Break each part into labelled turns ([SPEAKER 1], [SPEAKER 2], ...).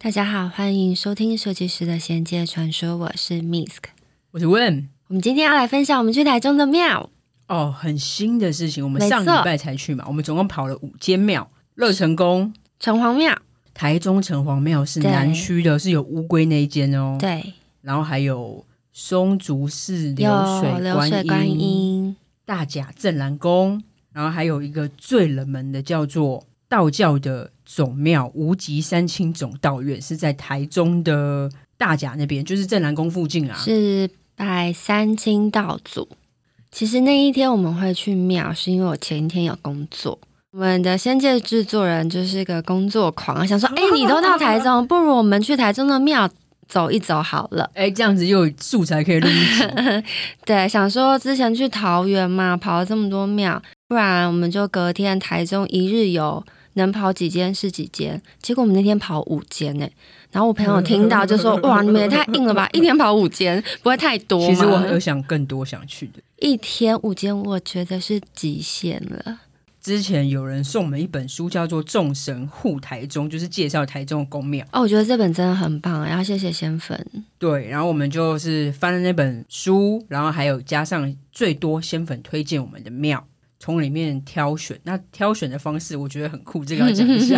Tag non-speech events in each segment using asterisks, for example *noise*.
[SPEAKER 1] 大家好，欢迎收听《设计师的仙界传说》，我是 Misk。
[SPEAKER 2] 我是问
[SPEAKER 1] 我们今天要来分享我们去台中的庙，
[SPEAKER 2] 哦，很新的事情，我们
[SPEAKER 1] 没错
[SPEAKER 2] 上礼拜才去嘛，我们总共跑了五间庙，乐成宫、
[SPEAKER 1] 城隍庙。
[SPEAKER 2] 台中城隍庙是
[SPEAKER 1] 对
[SPEAKER 2] 南区的，是有乌龟那一间哦，
[SPEAKER 1] 对，
[SPEAKER 2] 然后还有松竹寺流
[SPEAKER 1] 有
[SPEAKER 2] 水
[SPEAKER 1] 流水观音，
[SPEAKER 2] 大甲镇澜宫，然后还有一个最冷门的叫做道教的总庙无极三清总道院，是在台中的大甲那边，就是镇澜宫附近啊。
[SPEAKER 1] 是拜三清道祖。其实那一天我们会去庙，是因为我前一天有工作。我们的仙界制作人就是一个工作狂，想说：“哎、你都到台中，不如我们去台中的庙走一走好了。”
[SPEAKER 2] 哎，这样子又有素材可以
[SPEAKER 1] *laughs*
[SPEAKER 2] 录一集。
[SPEAKER 1] 对，想说之前去桃园嘛，跑了这么多庙，不然我们就隔天台中一日游，能跑几间是几间。结果我们那天跑五间呢、然后我朋友
[SPEAKER 2] 嗯
[SPEAKER 1] 听到就说：“哇，你们也太硬了吧，一天跑五间，不会太多吗？”
[SPEAKER 2] 其实我有想更多想去的。
[SPEAKER 1] 一天五间，我觉得是极限了。
[SPEAKER 2] 之前有人送我们一本书，叫做《众神护台中》，就是介绍台中的宫庙。
[SPEAKER 1] 哦，我觉得这本真的很棒，然后谢谢仙粉。
[SPEAKER 2] 对，然后我们就是翻了那本书，然后还有加上最多仙粉推荐我们的庙，从里面挑选。那挑选的方式我觉得很酷，这个要讲一
[SPEAKER 1] *laughs*
[SPEAKER 2] 下。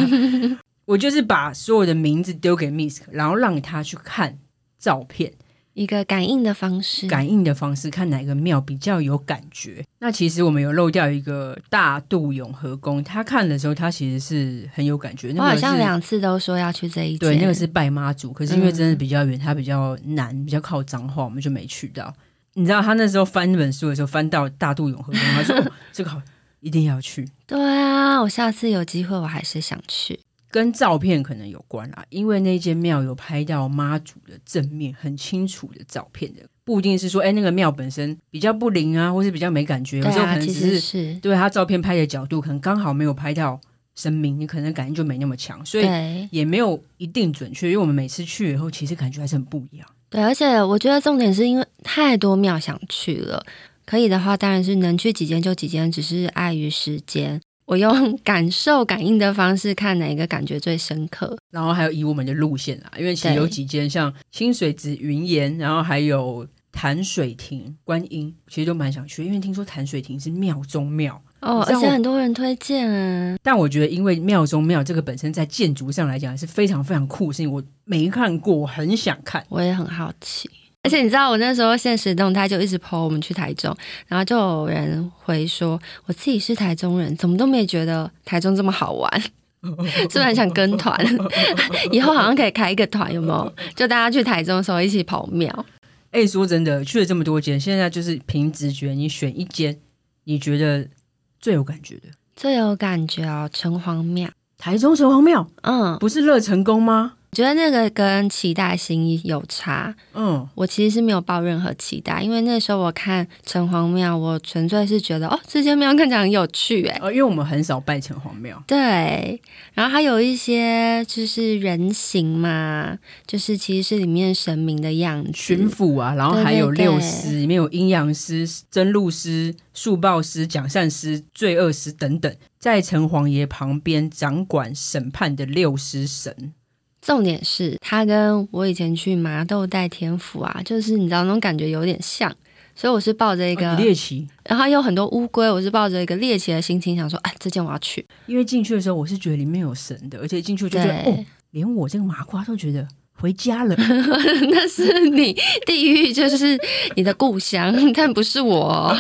[SPEAKER 2] 我就是把所有的名字丢给 Misk，然后让他去看照片，
[SPEAKER 1] 一个感应的方式，
[SPEAKER 2] 感应的方式，看哪个庙比较有感觉。那其实我们有漏掉一个大肚永和宫，他看的时候他其实是很有感觉。那
[SPEAKER 1] 我
[SPEAKER 2] 个
[SPEAKER 1] 好像
[SPEAKER 2] 是
[SPEAKER 1] 两次都说要去这一间，
[SPEAKER 2] 对，那个是拜妈祖，可是因为
[SPEAKER 1] 嗯
[SPEAKER 2] 真的比较远，它比较难，比较靠脏话，我们就没去到。你知道他那时候翻那本书的时候，翻到大肚永和宫，
[SPEAKER 1] *laughs*
[SPEAKER 2] 他说、哦、这个好一定要去，
[SPEAKER 1] 对啊，我下次有机会我还是想去。
[SPEAKER 2] 跟照片可能有关啦，因为那间庙有拍到妈祖的正面很清楚的照片的，不一定是说哎那个庙本身比较不灵啊，或是比较没感觉，有
[SPEAKER 1] 对
[SPEAKER 2] 时候
[SPEAKER 1] 啊，
[SPEAKER 2] 可能
[SPEAKER 1] 其
[SPEAKER 2] 只
[SPEAKER 1] 实
[SPEAKER 2] 是
[SPEAKER 1] 是
[SPEAKER 2] 对他照片拍的角度可能刚好没有拍到神明，你可能感应就没那么强，所以
[SPEAKER 1] 对
[SPEAKER 2] 也没有一定准确，因为我们每次去以后其实感觉还是很不一样。
[SPEAKER 1] 对，而且我觉得重点是因为太多庙想去了，可以的话当然是能去几间就几间，只是碍于时间。我用 *laughs* 感受感应的方式看哪一个感觉最深刻。
[SPEAKER 2] 然后还有以我们的路线啊，因为其实
[SPEAKER 1] 对
[SPEAKER 2] 有几间像清水寺、云岩，然后还有潭水亭、观音，其实都蛮想去，因为听说潭水亭是庙中庙，
[SPEAKER 1] 哦，
[SPEAKER 2] 你知
[SPEAKER 1] 而
[SPEAKER 2] 道
[SPEAKER 1] 且
[SPEAKER 2] 我
[SPEAKER 1] 很多人推荐啊，
[SPEAKER 2] 但我觉得因为庙中庙这个本身在建筑上来讲还是非常非常酷的事情，我没看过，我很想看。
[SPEAKER 1] 我也很好奇。而且你知道，我那时候现实动态就一直 po 我们去台中，然后就有人回说，我自己是台中人，怎么都没觉得台中这么好玩， *laughs* 是不是很想跟团？ *laughs* 以后好像可以开一个团，有没有？就大家去台中的时候一起跑庙。
[SPEAKER 2] 哎、说真的，去了这么多间，现在就是凭直觉，你选一间你觉得最有感觉的。
[SPEAKER 1] 最有感觉哦，城隍庙。
[SPEAKER 2] 台中城隍庙
[SPEAKER 1] 嗯，我
[SPEAKER 2] 不是乐成宫吗？
[SPEAKER 1] 觉得那个跟期待心有差。
[SPEAKER 2] 嗯，
[SPEAKER 1] 我其实是没有抱任何期待，因为那时候我看城隍庙，我纯粹是觉得哦，这间庙看起来很有趣哎。
[SPEAKER 2] 呃，因为我们很少拜城隍庙。
[SPEAKER 1] 对，然后还有一些就是人形嘛，就是其实是里面神明的样子。
[SPEAKER 2] 巡抚啊，然后还有
[SPEAKER 1] 对对对
[SPEAKER 2] 六师，里面有阴阳师、真路师、树报师、讲善师、罪恶师等等，在城隍爷旁边掌管审判的六师神。
[SPEAKER 1] 重点是它跟我以前去麻豆带天府啊，就是你知道那种感觉有点像，所以我是抱着一个，
[SPEAKER 2] 啊你猎奇，
[SPEAKER 1] 然后有很多乌龟，我是抱着一个猎奇的心情想说，哎，这件我要去。 *laughs*
[SPEAKER 2] 因为进去的时候我是觉得里面有神的，而且进去我就觉得
[SPEAKER 1] 对
[SPEAKER 2] 哦，连我这个麻瓜都觉得回
[SPEAKER 1] *laughs*
[SPEAKER 2] 家了。
[SPEAKER 1] 那是你地狱，就是你的故乡， *laughs* 但不是我。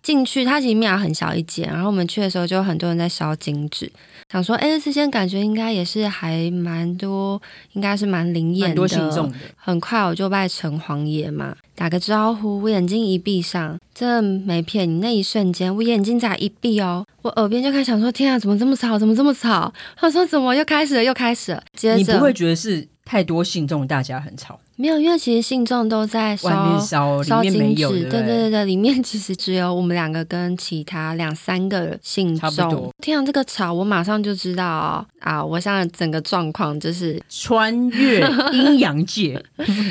[SPEAKER 1] 进去，它其实庙很小一间，然后我们去的时候就有很多人在烧金纸，想说，哎、这间感觉应该也是还蛮多，应该是蛮灵验
[SPEAKER 2] 很
[SPEAKER 1] 的。
[SPEAKER 2] 多信众的，
[SPEAKER 1] 很快我就拜城隍爷嘛，打个招呼，我眼睛一闭上，真的没骗你，那一瞬间我眼睛才一闭哦，我耳边就开始想说，天啊，怎么这么吵，怎么这么吵？我说怎么又开始了，又开始了。接
[SPEAKER 2] 你
[SPEAKER 1] 着
[SPEAKER 2] 不会觉得是太多信众，大家很吵，
[SPEAKER 1] 没有，因为其实信众都在烧
[SPEAKER 2] 外面烧，里
[SPEAKER 1] 烧
[SPEAKER 2] 面没
[SPEAKER 1] 金纸，
[SPEAKER 2] 有，
[SPEAKER 1] 对对
[SPEAKER 2] 不
[SPEAKER 1] 对对，里面其实只有我们两个跟其他两三个信
[SPEAKER 2] 差不
[SPEAKER 1] 众
[SPEAKER 2] 多。
[SPEAKER 1] 天啊，这个吵，我马上就知道啊、我现在整个状况就是，
[SPEAKER 2] 穿越阴阳界， *laughs*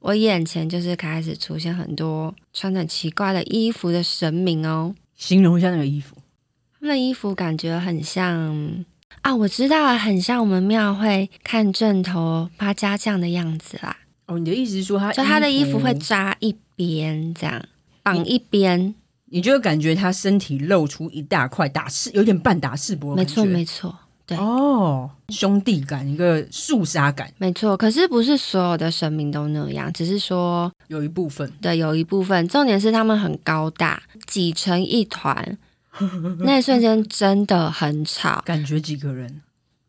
[SPEAKER 1] 我眼前就是开始出现很多穿着奇怪的衣服的神明哦，
[SPEAKER 2] 形容一下那个衣服。
[SPEAKER 1] 他们的衣服感觉很像啊，我知道，很像我们庙会看正头八家将的样子啦，
[SPEAKER 2] 哦，你的意思是
[SPEAKER 1] *laughs*
[SPEAKER 2] 说他
[SPEAKER 1] 就他的衣服会扎一边这样，绑一边，
[SPEAKER 2] 你就会感觉他身体露出一大块打赤，有点半打赤膊
[SPEAKER 1] 没
[SPEAKER 2] 的感觉，
[SPEAKER 1] 错没错对
[SPEAKER 2] 哦，兄弟感，一个肃杀感，
[SPEAKER 1] 没错。可是不是所有的神明都那样，只是说
[SPEAKER 2] 有一部分
[SPEAKER 1] 对有一部分，重点是他们很高大，挤成一团，那一瞬间真的很吵，
[SPEAKER 2] 感觉几个人。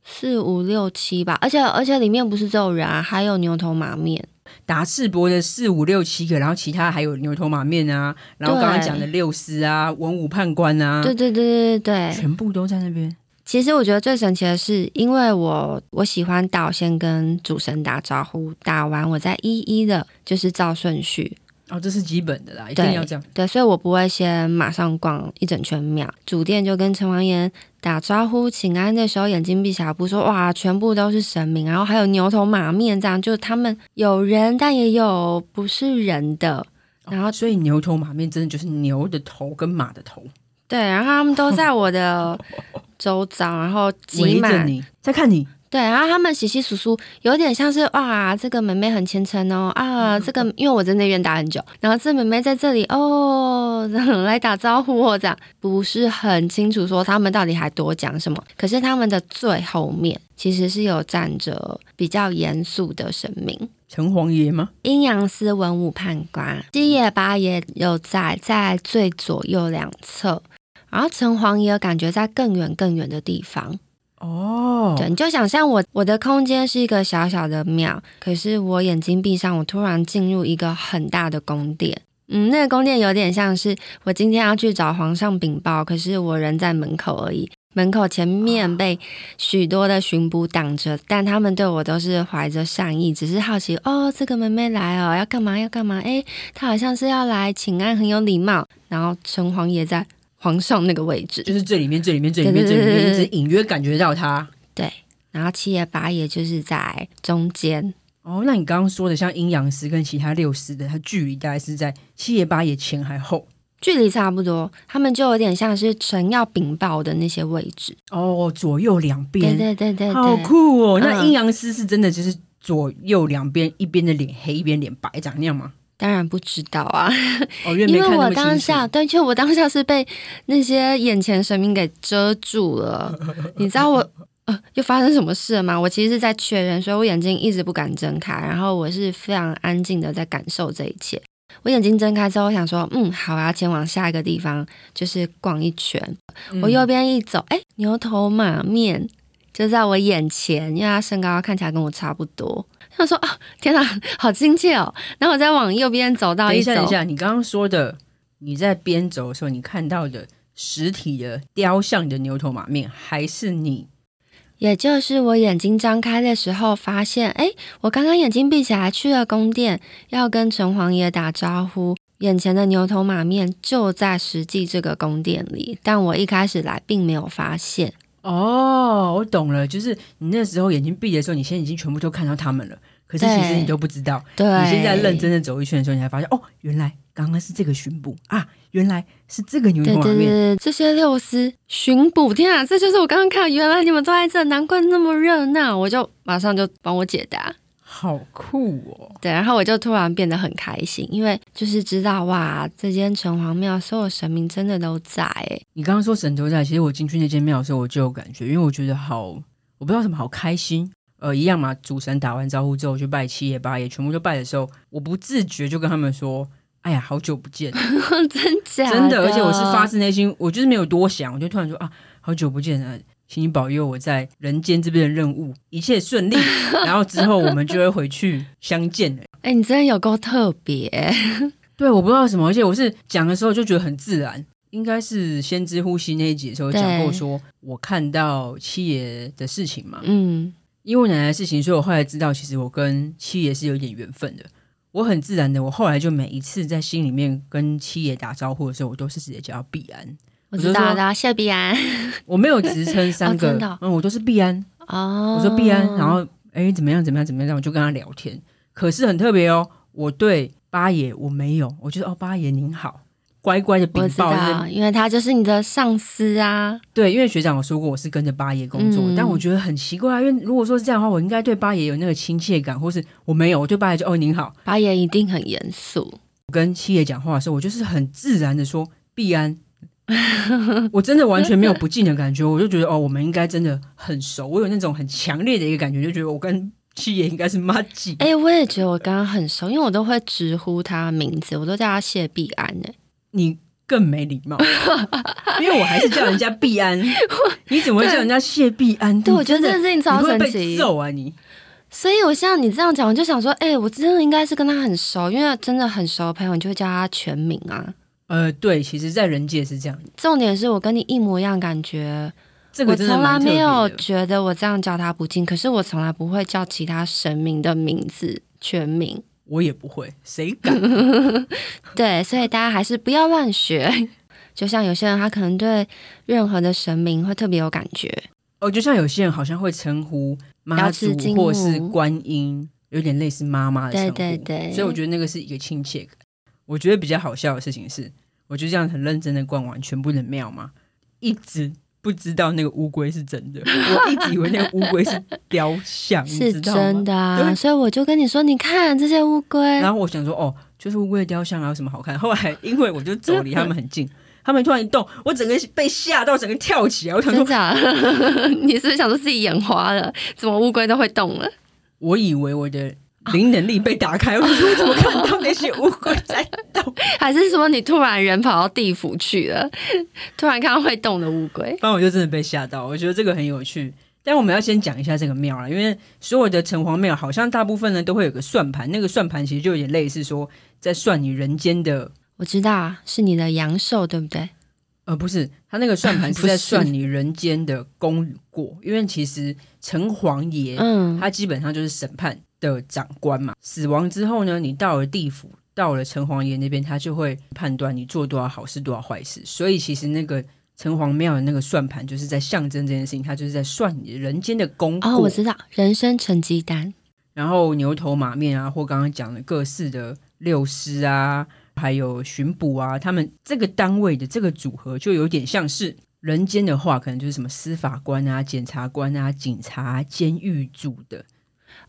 [SPEAKER 1] 四五六七吧，而且而且里面不是只有人啊，还有牛头马面。
[SPEAKER 2] 打赤膊的四五六七个，然后其他还有牛头马面啊，然后刚刚
[SPEAKER 1] 对
[SPEAKER 2] 讲的六师啊、文武判官啊，
[SPEAKER 1] 对对对对对对。
[SPEAKER 2] 全部都在那边。
[SPEAKER 1] 其实我觉得最神奇的是，因为我我喜欢到先跟主神打招呼，打完我再一一的，就是照顺序。
[SPEAKER 2] 哦，这是基本的啦，一定
[SPEAKER 1] 对
[SPEAKER 2] 要这样。
[SPEAKER 1] 对，所以我不会先马上逛一整圈庙，主殿就跟城隍爷打招呼请安的时候，眼睛闭起来不说，哇，全部都是神明，然后还有牛头马面这样，就是他们有人，但也有不是人的。然后
[SPEAKER 2] 所以牛头马面真的就是牛的头跟马的头
[SPEAKER 1] 对，然后他们都在我
[SPEAKER 2] *laughs*
[SPEAKER 1] 的周遭，然后挤
[SPEAKER 2] 围着
[SPEAKER 1] 满
[SPEAKER 2] 你，在看你。
[SPEAKER 1] 对，然后他们洗洗簌簌，有点像是哇，这个妹妹很虔诚哦
[SPEAKER 2] 嗯
[SPEAKER 1] 啊，这个因为我在那边打很久，然后这妹妹在这里哦，来打招呼哦，这样不是很清楚说他们到底还多讲什么。可是他们的最后面其实是有站着比较严肃的神明，
[SPEAKER 2] 城隍爷吗？
[SPEAKER 1] 阴阳师、文武判官、七爷、八爷有在在最左右两侧，然后城隍也有感觉在更远更远的地方。
[SPEAKER 2] 哦，
[SPEAKER 1] 对，你就想象我我的空间是一个小小的庙，可是我眼睛闭上，我突然进入一个很大的宫殿。嗯，那个宫殿有点像是我今天要去找皇上禀报，可是我人在门口而已。门口前面被许多的巡捕挡着，但他们对我都是怀着善意，只是好奇哦，这个妹妹来哦，要干嘛要干嘛？诶，她好像是要来请安，很有礼貌。然后城隍爷在皇上那个位置，
[SPEAKER 2] 就是最里面、最里面、最里面、
[SPEAKER 1] 对
[SPEAKER 2] 最
[SPEAKER 1] 对
[SPEAKER 2] 里
[SPEAKER 1] 对
[SPEAKER 2] 面，一
[SPEAKER 1] 对
[SPEAKER 2] 直隐约感觉到它。
[SPEAKER 1] 然后七爷八爷就是在中间。
[SPEAKER 2] 哦，那你刚刚说的像阴阳师跟其他六师的，它距离大概是在七爷八爷前还后。
[SPEAKER 1] 距离差不多，他们就有点像是神要禀报的那些位置。
[SPEAKER 2] 哦，左右两
[SPEAKER 1] 对
[SPEAKER 2] 边，
[SPEAKER 1] 对对对
[SPEAKER 2] 好
[SPEAKER 1] 对，
[SPEAKER 2] 酷哦！
[SPEAKER 1] 嗯
[SPEAKER 2] 那阴阳师是真的就是左右两边，一边的脸黑，一边脸白，长那样吗？
[SPEAKER 1] 当然不知道啊，
[SPEAKER 2] 哦，因为
[SPEAKER 1] 因
[SPEAKER 2] 没
[SPEAKER 1] 为
[SPEAKER 2] 看那
[SPEAKER 1] 我
[SPEAKER 2] 么
[SPEAKER 1] 当
[SPEAKER 2] 清
[SPEAKER 1] 下，
[SPEAKER 2] 楚。
[SPEAKER 1] 对，就我当下是被那些眼前神明给遮住
[SPEAKER 2] *laughs*
[SPEAKER 1] 了。你知道我呃又发生什么事了吗？我其实是在确认，所以我眼睛一直不敢睁开，然后我是非常安静的在感受这一切。我眼睛睁开之后，我想说，嗯，好啊，前往下一个地方，就是逛一圈。
[SPEAKER 2] 嗯
[SPEAKER 1] 我右边一走，哎、牛头马面就在我眼前，因为他身高看起来跟我差不多。他说：“啊，天哪，好亲切哦！”然后我再往右边走到
[SPEAKER 2] 等一
[SPEAKER 1] 走
[SPEAKER 2] 下，，等一下，你刚刚说的，你在边走的时候，你看到的实体的雕像的牛头马面，还是你
[SPEAKER 1] 也就是我眼睛张开的时候，发现，哎，我刚刚眼睛闭起来去了宫殿，要跟城隍爷打招呼。眼前的牛头马面就在实际这个宫殿里，但我一开始来并没有发现。
[SPEAKER 2] 哦，我懂了，就是你那时候眼睛闭的时候，你现在已经全部都看到他们了，可是其实
[SPEAKER 1] 对
[SPEAKER 2] 你都不知道。
[SPEAKER 1] 对，
[SPEAKER 2] 你现在认真的走一圈的时候，你才发现哦，原来刚刚是这个巡捕啊，原来是这个牛
[SPEAKER 1] 对
[SPEAKER 2] 头马
[SPEAKER 1] 对对
[SPEAKER 2] 面。
[SPEAKER 1] 对，这些六司巡捕，天啊，这就是我刚刚看，原来你们都在这，难怪那么热闹，我就马上就帮我解答。
[SPEAKER 2] 好酷哦！
[SPEAKER 1] 对，然后我就突然变得很开心，因为就是知道哇，这间城隍庙所有神明真的都在欸，
[SPEAKER 2] 你刚刚说神州寨，其实我进去那间庙的时候，我就有感觉，因为我觉得好，我不知道什么好开心。呃，一样嘛，主神打完招呼之后去拜七爷八爷，全部都拜的时候，我不自觉就跟他们说：“哎呀，好久不见。”
[SPEAKER 1] 真假
[SPEAKER 2] 真
[SPEAKER 1] 的，
[SPEAKER 2] 的，而且我是发自内心，我就是没有多想，我就突然说啊，好久不见啊，请你保佑我在人间这边的任务一切顺利，然后之后我们就会回去相见了。
[SPEAKER 1] *laughs* 哎、你真的有够特别，
[SPEAKER 2] 对，我不知道什么，而且我是讲的时候就觉得很自然。应该是先知呼吸那一集的时候讲过
[SPEAKER 1] 对
[SPEAKER 2] 说，我看到七爷的事情嘛，
[SPEAKER 1] 嗯，
[SPEAKER 2] 因为我奶奶的事情，所以我后来知道，其实我跟七爷是有一点缘分的。我很自然的，我后来就每一次在心里面跟七爷打招呼的时候，我都是直接叫他必安。
[SPEAKER 1] 我
[SPEAKER 2] 我就
[SPEAKER 1] 知道
[SPEAKER 2] 说
[SPEAKER 1] 的，谢必安，
[SPEAKER 2] 我没有直称三
[SPEAKER 1] 哦
[SPEAKER 2] 个，
[SPEAKER 1] 真的哦
[SPEAKER 2] 嗯，我都是必安，
[SPEAKER 1] 哦，
[SPEAKER 2] 我说必安，然后哎怎么样怎么样怎么样，我就跟他聊天。可是很特别哦，我对八爷我没有，我觉得哦八爷您好，乖乖的
[SPEAKER 1] 我
[SPEAKER 2] 禀
[SPEAKER 1] 知
[SPEAKER 2] 报，就是
[SPEAKER 1] 道，因为他就是你的上司啊。
[SPEAKER 2] 对，因为学长有说过我是跟着八爷工作，
[SPEAKER 1] 嗯
[SPEAKER 2] 但我觉得很奇怪啊，因为如果说是这样的话，我应该对八爷有那个亲切感，或是我没有，我对八爷就哦您好。
[SPEAKER 1] 八爷一定很严肃，
[SPEAKER 2] 我跟七爷讲话的时候，我就是很自然的说必安， *laughs* 我真的完全没有不敬的感觉，我就觉得哦，我们应该真的很熟，我有那种很强烈的一个感觉，就觉得我跟七爷应该是妈几。
[SPEAKER 1] 哎、我也觉得我刚刚很熟，因为我都会直呼他名字，我都叫他谢必安、哎，
[SPEAKER 2] 你更没礼貌， *laughs* 因为我还是叫人家
[SPEAKER 1] *laughs*
[SPEAKER 2] 必安，你怎么会叫人家谢必安？
[SPEAKER 1] 对，
[SPEAKER 2] 你
[SPEAKER 1] 我觉得这件
[SPEAKER 2] 真的
[SPEAKER 1] 事情
[SPEAKER 2] 你
[SPEAKER 1] 超
[SPEAKER 2] 会
[SPEAKER 1] 神
[SPEAKER 2] 被
[SPEAKER 1] 奇。
[SPEAKER 2] 揍啊你！
[SPEAKER 1] 所以我像你这样讲，我就想说，哎、我真的应该是跟他很熟，因为真的很熟的朋友，你就会叫他全名啊。
[SPEAKER 2] 呃，对，其实，在人界是这样，
[SPEAKER 1] 重点是我跟你一模一样，感觉
[SPEAKER 2] 这
[SPEAKER 1] 我
[SPEAKER 2] 个真的
[SPEAKER 1] 从来
[SPEAKER 2] 蛮特
[SPEAKER 1] 没
[SPEAKER 2] 别
[SPEAKER 1] 有
[SPEAKER 2] 的。
[SPEAKER 1] 觉得我这样叫他不敬，可是我从来不会叫其他神明的名字全名。
[SPEAKER 2] 我也不会，谁敢？
[SPEAKER 1] 对，所以大家还是不要乱学。 *laughs* 就像有些人，他可能对任何的神明会特别有感觉，
[SPEAKER 2] 哦，就像有些人好像会称呼妈
[SPEAKER 1] 瑶池
[SPEAKER 2] 祖
[SPEAKER 1] 金
[SPEAKER 2] 或是
[SPEAKER 1] 母
[SPEAKER 2] 观音，有点类似妈妈的称
[SPEAKER 1] 对
[SPEAKER 2] 呼。
[SPEAKER 1] 对对
[SPEAKER 2] 所以我觉得那个是一个亲切感。我觉得比较好笑的事情是，我就这样很认真的逛完全部的庙嘛，一直不知道那个乌龟是真
[SPEAKER 1] *laughs*
[SPEAKER 2] 的，我一直以为那个乌龟是雕像，你
[SPEAKER 1] 是
[SPEAKER 2] 知道吗
[SPEAKER 1] 真的啊。
[SPEAKER 2] 对
[SPEAKER 1] 所以我就跟你说，你看这些乌龟，
[SPEAKER 2] 然后我想说，哦，就是乌龟的雕像啊，有什么好看？后来因为我就走离他们很近，他们突然一动，我整个被吓到，整个跳起来。我想
[SPEAKER 1] 真
[SPEAKER 2] 说，
[SPEAKER 1] 假？ *laughs* 你是不是想说自己眼花了？怎么乌龟都会动了？
[SPEAKER 2] 我以为我的灵能力被打开， *laughs* 我说我怎么看到那些乌龟在动？
[SPEAKER 1] 还是说你突然人跑到地府去了？突然看到会动的乌龟？
[SPEAKER 2] *laughs* 反正我就真的被吓到，我觉得这个很有趣。但我们要先讲一下这个庙啦，因为所有的城隍庙好像大部分呢都会有个算盘，那个算盘其实就有点类似说在算你人间的，
[SPEAKER 1] 我知道啊是你的阳寿，对不对？
[SPEAKER 2] 呃，不是，他那个算盘
[SPEAKER 1] 不
[SPEAKER 2] 是
[SPEAKER 1] 是
[SPEAKER 2] *laughs* 在算你人间的功与过，因为其实城隍爷
[SPEAKER 1] 嗯，
[SPEAKER 2] 他基本上就是审判的长官嘛。死亡之后呢，你到了地府，到了城隍爷那边，他就会判断你做多少好事，多少坏事。所以其实那个城隍庙的那个算盘，就是在象征这件事情，他就是在算你人间的功过。
[SPEAKER 1] 哦，我知道，人生成绩单。
[SPEAKER 2] 然后牛头马面啊，或刚刚讲的各式的六师啊，还有巡捕啊，他们这个单位的这个组合，就有点像是人间的话，可能就是什么司法官啊、检察官啊、警察啊、监狱组的。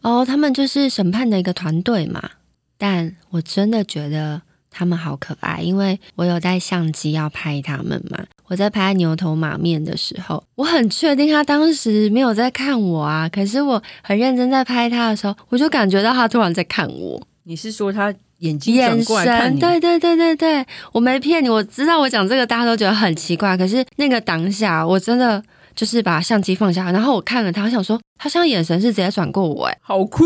[SPEAKER 1] 哦，他们就是审判的一个团队嘛。但我真的觉得他们好可爱，因为我有带相机要拍他们嘛。我在拍牛头马面的时候，我很确定他当时没有在看我啊，可是我很认真在拍他的时候，我就感觉到他突然在看我，
[SPEAKER 2] 你是说他眼睛转
[SPEAKER 1] 眼
[SPEAKER 2] 过来看
[SPEAKER 1] 神，
[SPEAKER 2] 你？
[SPEAKER 1] 对对对对对，我没骗你，我知道我讲这个大家都觉得很奇怪，可是那个当下我真的就是把相机放下，然后我看了他，我想说他像眼神是直接转过我、欸，
[SPEAKER 2] 好酷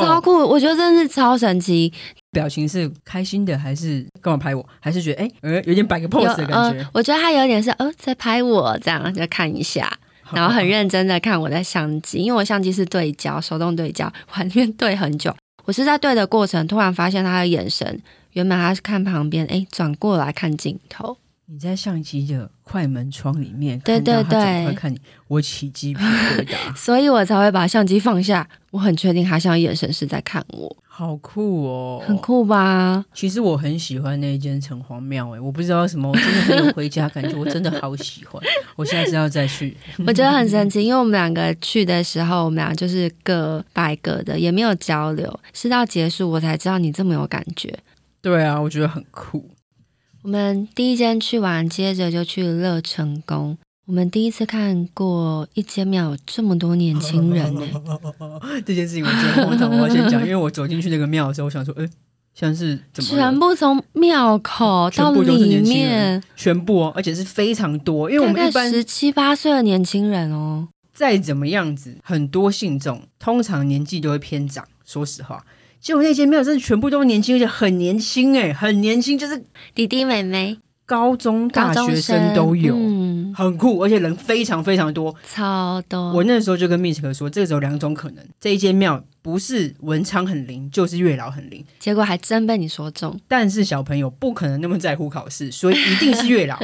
[SPEAKER 1] 超
[SPEAKER 2] 哦！
[SPEAKER 1] 酷，我觉得真的是超神奇。
[SPEAKER 2] 表情是开心的，还是干嘛拍我？还是觉得哎、呃有点摆个 pose 的感觉，
[SPEAKER 1] 呃，我觉得他有点是呃在拍我这样，就看一下，
[SPEAKER 2] 好
[SPEAKER 1] 然后很
[SPEAKER 2] 好
[SPEAKER 1] 认真的看我的相机，因为我相机是对焦，手动对焦，我还在那边对很久。我是在对的过程，突然发现他的眼神，原本他是看旁边，哎，转过来看镜头，
[SPEAKER 2] 你在相机的快门窗里面，
[SPEAKER 1] 对
[SPEAKER 2] 看到
[SPEAKER 1] 对
[SPEAKER 2] 他转过来
[SPEAKER 1] 对
[SPEAKER 2] 看你，我起鸡皮
[SPEAKER 1] *laughs*
[SPEAKER 2] 疙瘩，
[SPEAKER 1] 所以我才会把相机放下。我很确定他像眼神是在看我，
[SPEAKER 2] 好酷哦，
[SPEAKER 1] 很。酷吧？
[SPEAKER 2] 其实我很喜欢那一间城隍庙，哎，我不知道为什么，我真的很有回家感觉，我真的好喜欢。我下次要再去，
[SPEAKER 1] 我觉得很神奇，因为我们两个去的时候，我们俩就是各拜各的，也没有交流，是到结束我才知道你这么有感觉。
[SPEAKER 2] 对啊，我觉得很酷。
[SPEAKER 1] 我们第一间去完，接着就去乐成宫。我们第一次看过一间庙有这么多年轻 *laughs* 人呢、
[SPEAKER 2] *laughs* 这件事情我觉得荒唐，我要先讲，因为我走进去那个庙的时候，我想说，哎、像是怎么了
[SPEAKER 1] 全部从庙口
[SPEAKER 2] 全
[SPEAKER 1] 到
[SPEAKER 2] 部都是
[SPEAKER 1] 里
[SPEAKER 2] 年轻人
[SPEAKER 1] 面，
[SPEAKER 2] 全部哦，而且是非常多，因为
[SPEAKER 1] 大
[SPEAKER 2] 我们一
[SPEAKER 1] 概
[SPEAKER 2] 般
[SPEAKER 1] 十七八岁的年轻人哦。
[SPEAKER 2] 再怎么样子，很多信众通常年纪都会偏长，说实话。结果那间庙真的全部都是年轻，而且很年轻哎、很年轻，就是
[SPEAKER 1] 弟弟妹妹、
[SPEAKER 2] 高中、大
[SPEAKER 1] 高中
[SPEAKER 2] 学生都有，
[SPEAKER 1] 嗯，
[SPEAKER 2] 很酷，而且人非常非常多。
[SPEAKER 1] 超多。
[SPEAKER 2] 我那时候就跟 Miss 哥说，这个时候两种可能，这一间庙不是文昌很灵，就是月老很灵。
[SPEAKER 1] 结果还真被你说中，
[SPEAKER 2] 但是小朋友不可能那么在乎考试，所以一定是月
[SPEAKER 1] *laughs*
[SPEAKER 2] 老。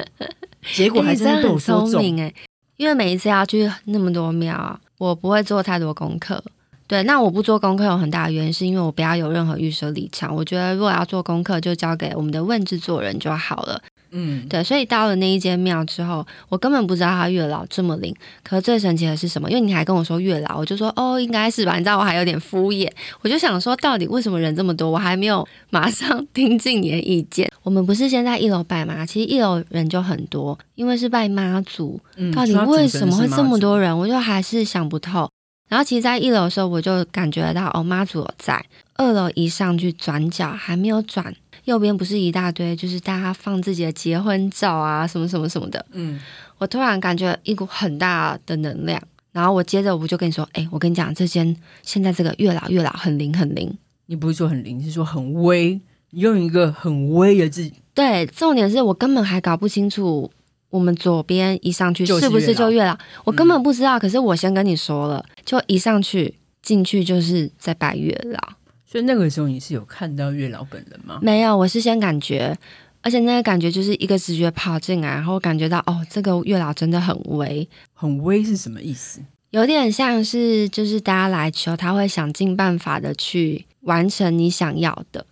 [SPEAKER 2] 结果还
[SPEAKER 1] 你
[SPEAKER 2] 真
[SPEAKER 1] 真的
[SPEAKER 2] 的被
[SPEAKER 1] 很
[SPEAKER 2] 我说
[SPEAKER 1] 聪
[SPEAKER 2] 中，
[SPEAKER 1] 明哎，因为每一次要去那么多庙啊，我不会做太多功课。对，那我不做功课有很大的原因，是因为我不要有任何预设立场。我觉得如果要做功课，就交给我们的问制作人就好了。
[SPEAKER 2] 嗯，
[SPEAKER 1] 对，所以到了那一间庙之后，我根本不知道它月老这么灵。可是最神奇的是什么？因为你还跟我说月老，我就说哦，应该是吧。你知道我还有点敷衍，我就想说到底为什么人这么多？我还没有马上 *laughs* 听进你的意见。我们不是先在一楼拜吗？其实一楼人就很多，因为是拜妈祖。
[SPEAKER 2] 嗯
[SPEAKER 1] 到底为什么会这么？多人？我就还是想不透。然后其实，在一楼的时候，我就感觉到哦，妈祖有在。二楼一上去转角还没有转，右边不是一大堆，就是大家放自己的结婚照啊，什么什么什么的。
[SPEAKER 2] 嗯，
[SPEAKER 1] 我突然感觉一股很大的能量，然后我接着我就跟你说，哎，我跟你讲，这间现在这个月老月老很灵很灵。
[SPEAKER 2] 你不是说很灵，是说很威，你用一个很威的字，
[SPEAKER 1] 对，重点是我根本还搞不清楚，我们左边一上去
[SPEAKER 2] 就是
[SPEAKER 1] 是不是就月老？我
[SPEAKER 2] 嗯
[SPEAKER 1] 根本不知道。可是我先跟你说了，就一上去进去就是在拜月老，
[SPEAKER 2] 所以那个时候你是有看到月老本人吗？
[SPEAKER 1] 没有，我是先感觉。而且那个感觉就是一个直觉跑进来，然后感觉到哦，这个月老真的很威，
[SPEAKER 2] 很威是什么意思？
[SPEAKER 1] 有点像是就是大家来求，他会想尽办法的去完成你想要的。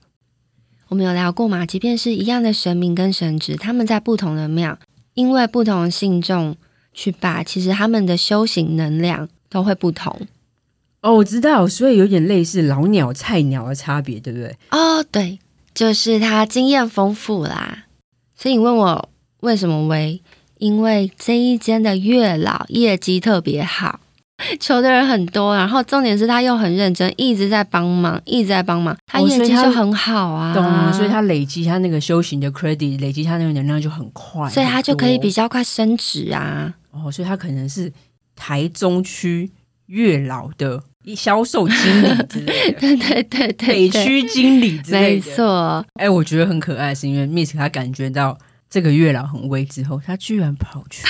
[SPEAKER 1] 我们有聊过嘛，即便是一样的神明跟神职，他们在不同的庙，因为不同的信众去拜，其实他们的修行能量都会不同。
[SPEAKER 2] 哦，我知道，所以有点类似老鸟菜鸟的差别，对不对？
[SPEAKER 1] 哦，对，就是他经验丰富啦。所以你问我为什么威？因为这一间的月老业绩特别好， *laughs* 求的人很多，然后重点是他又很认真，一直在帮忙，一直在帮忙，他
[SPEAKER 2] 哦
[SPEAKER 1] 业
[SPEAKER 2] 所以
[SPEAKER 1] 绩
[SPEAKER 2] 他
[SPEAKER 1] 就很好啊。
[SPEAKER 2] 懂了，所以他累积他那个修行的 credit，累积他那个能量就很快，
[SPEAKER 1] 所以他就可以
[SPEAKER 2] 很多
[SPEAKER 1] 比较快升职啊。
[SPEAKER 2] 哦，所以他可能是台中区月老的一销售经理之类的，
[SPEAKER 1] *laughs* *laughs* 对对对对
[SPEAKER 2] 北
[SPEAKER 1] 对，
[SPEAKER 2] 区经理之类
[SPEAKER 1] 没
[SPEAKER 2] 的。
[SPEAKER 1] 错，
[SPEAKER 2] 哎、我觉得很可爱，是因为 Miss 他感觉到这个月老很威之后，他居然跑
[SPEAKER 1] *laughs*
[SPEAKER 2] 去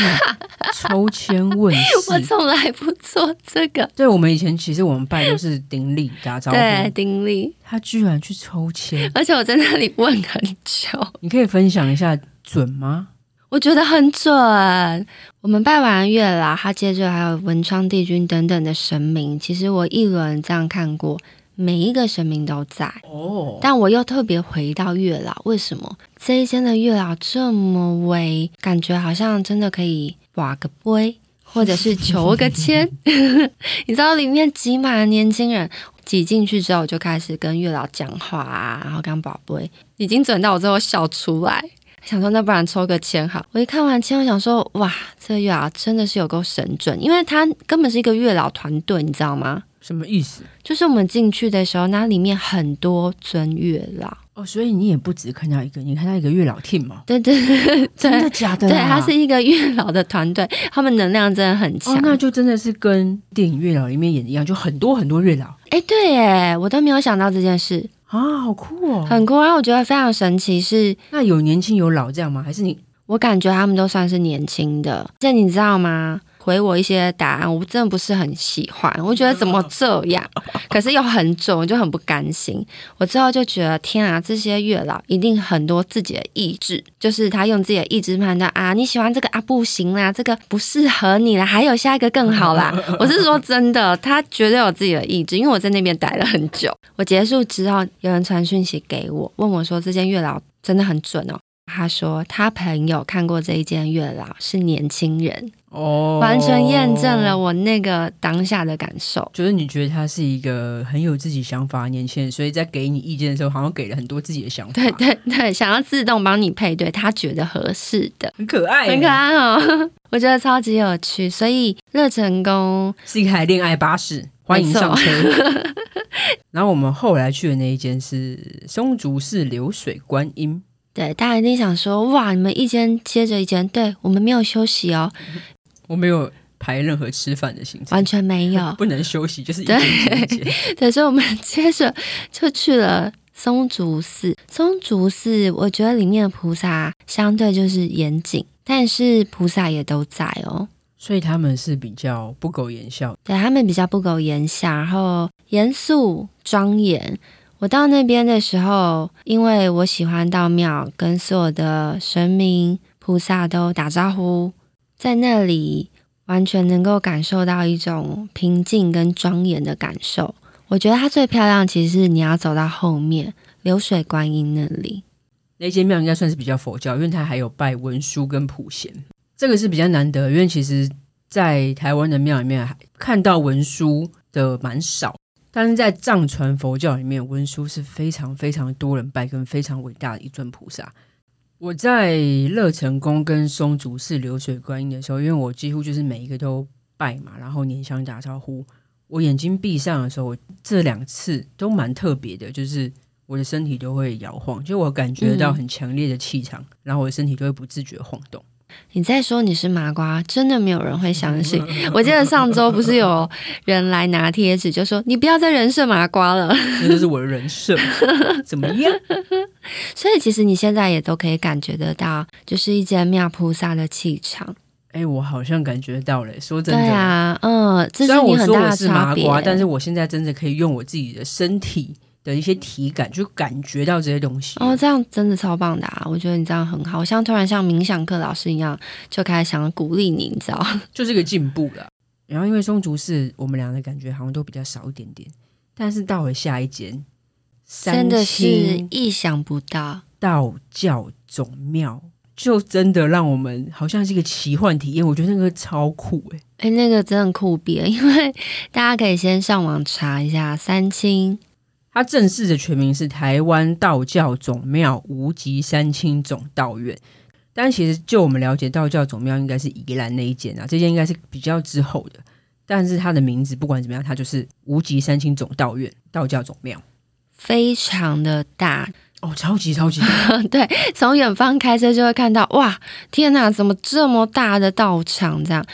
[SPEAKER 2] 抽签问
[SPEAKER 1] 我
[SPEAKER 2] 世。
[SPEAKER 1] 从来不做这个。
[SPEAKER 2] 对，我们以前其实我们拜都是顶礼打招
[SPEAKER 1] 对，
[SPEAKER 2] 呼，
[SPEAKER 1] 丁力，
[SPEAKER 2] 他居然去抽签，
[SPEAKER 1] 而且我在那里问很久。
[SPEAKER 2] 你可以分享一下准吗？
[SPEAKER 1] 我觉得很准。我们拜完月老，他接着还有文昌帝君等等的神明。其实我一轮这样看过，每一个神明都在，
[SPEAKER 2] 哦，
[SPEAKER 1] 但我又特别回到月老，为什么这一间的月老这么威？感觉好像真的可以瓦个杯，或者是求个签。 *laughs* 你知道里面挤满了年轻人。挤进去之后，我就开始跟月老讲话啊，然后跟宝贝，已经准到我最后笑出来，想说那不然抽个签好。我一看完签，我想说哇，这个月老真的是有够神准，因为他根本是一个月老团队，你知道吗？
[SPEAKER 2] 什么意思？
[SPEAKER 1] 就是我们进去的时候，那里面很多尊月老， *laughs*
[SPEAKER 2] 哦，所以你也不只看到一个，你看到一个月老 team 哦，
[SPEAKER 1] 对对对对，
[SPEAKER 2] 真的假的、啊？
[SPEAKER 1] 对，他是一个月老的团队，他们能量真的很强
[SPEAKER 2] 哦，。那就真的是跟电影《月老》里面演的一样，就很多很多月老
[SPEAKER 1] 哎、对耶，我都没有想到这件事，
[SPEAKER 2] 啊，好酷哦！
[SPEAKER 1] 很酷。然后我觉得非常神奇是，
[SPEAKER 2] 那有年轻有老这样吗？还是你
[SPEAKER 1] 我感觉他们都算是年轻的。这你知道吗？回我一些答案，我真的不是很喜欢，我觉得怎么这样？ *laughs* 可是又很准，我就很不甘心。我之后就觉得，天啊，这些月老一定很多自己的意志，就是他用自己的意志判断啊，你喜欢这个啊，不行啦，这个不适合你啦，还有下一个更好啦。我是说真的，他绝对有自己的意志，因为我在那边待了很久。我结束之后，有人传讯息给我，问我说这间月老真的很准哦。他说他朋友看过这一间月老是年轻人，
[SPEAKER 2] 哦，
[SPEAKER 1] 完全验证了，我那个当下的感受。
[SPEAKER 2] 就是你觉得他是一个很有自己想法的年轻人，所以在给你意见的时候，好像给了很多自己的想法，
[SPEAKER 1] 对对对，想要自动帮你配对他觉得合适的，
[SPEAKER 2] 很可爱，
[SPEAKER 1] 很可，爱哦， *laughs* 我觉得超级有趣。所以乐成功，
[SPEAKER 2] 是一台恋爱巴士，欢迎上车。
[SPEAKER 1] *laughs*
[SPEAKER 2] 然后我们后来去的那一间是松竹市流水观音，
[SPEAKER 1] 对大家一定想说，哇，你们一间接着一间，对我们没有休息哦，
[SPEAKER 2] 我没有排任何吃饭的行程
[SPEAKER 1] 完，全没有。
[SPEAKER 2] 不能休息，就是一间接一间。
[SPEAKER 1] 对，所以我们 *laughs* 接着就去了松竹寺。松竹寺，我觉得里面的菩萨相对就是严谨，但是菩萨也都在哦。
[SPEAKER 2] 所以他们是比较不苟言笑的。
[SPEAKER 1] 对他们比较不苟言笑，然后严肃庄严。我到那边的时候，因为我喜欢到庙跟所有的神明菩萨都打招呼，在那里完全能够感受到一种平静跟庄严的感受。我觉得它最漂亮，其实是你要走到后面流水观音那里。
[SPEAKER 2] 那间庙应该算是比较佛教，因为它还有拜文殊跟普贤，这个是比较难得，因为其实，在台湾的庙里面看到文殊的蛮少，但是在藏传佛教里面，文殊是非常非常多人拜跟非常伟大的一尊菩萨。我在乐成宫跟松竹寺流水观音的时候，因为我几乎就是每一个都拜嘛，然后拈香打招呼。我眼睛闭上的时候，我这两次都蛮特别的，就是我的身体都会摇晃，就我感觉到很强烈的气场，然后我的身体就会不自觉晃动。
[SPEAKER 1] 你再说你是麻瓜，真的没有人会相信。我记得上周不是有人来拿贴纸，就说你不要再人设麻瓜了。
[SPEAKER 2] 那就是我的人设，
[SPEAKER 1] *laughs*
[SPEAKER 2] 怎么样？
[SPEAKER 1] 所以其实你现在也都可以感觉得到，就是一间庙菩萨的气场。
[SPEAKER 2] 哎、我好像感觉到了、说真
[SPEAKER 1] 对
[SPEAKER 2] 的，
[SPEAKER 1] 啊，嗯，这
[SPEAKER 2] 虽
[SPEAKER 1] 是
[SPEAKER 2] 然
[SPEAKER 1] 你
[SPEAKER 2] 我
[SPEAKER 1] 很
[SPEAKER 2] 说
[SPEAKER 1] 大
[SPEAKER 2] 我
[SPEAKER 1] 的
[SPEAKER 2] 是
[SPEAKER 1] 差
[SPEAKER 2] 麻
[SPEAKER 1] 别。
[SPEAKER 2] 瓜，但是我现在真的可以用我自己的身体的一些体感，就感觉到这些东西。
[SPEAKER 1] 哦，这样真的超棒的啊！我觉得你这样很好，像突然像冥想课老师一样，就开始想鼓励你，你
[SPEAKER 2] *laughs*
[SPEAKER 1] 知道？
[SPEAKER 2] 就是一个进步了。然后因为松竹寺，我们俩的感觉好像都比较少一点点，但是到了下一间，
[SPEAKER 1] 真的是
[SPEAKER 2] 清
[SPEAKER 1] 意想不到。
[SPEAKER 2] 道教总庙，就真的让我们好像是一个奇幻体验。我觉得那个超酷哎、
[SPEAKER 1] 哎，那个真的酷毙了，因为大家可以先上网查一下三清，
[SPEAKER 2] 它正式的全名是台湾道教总庙无极三清总道院。但其实就我们了解，道教总庙应该是宜兰那一间啊，这间应该是比较之后的。但是它的名字不管怎么样，它就是无极三清总道院道教总庙。
[SPEAKER 1] 非常的大，
[SPEAKER 2] 哦，超级超级大
[SPEAKER 1] 对，从远方开车就会看到，哇，天哪，怎么这么大的道场这样？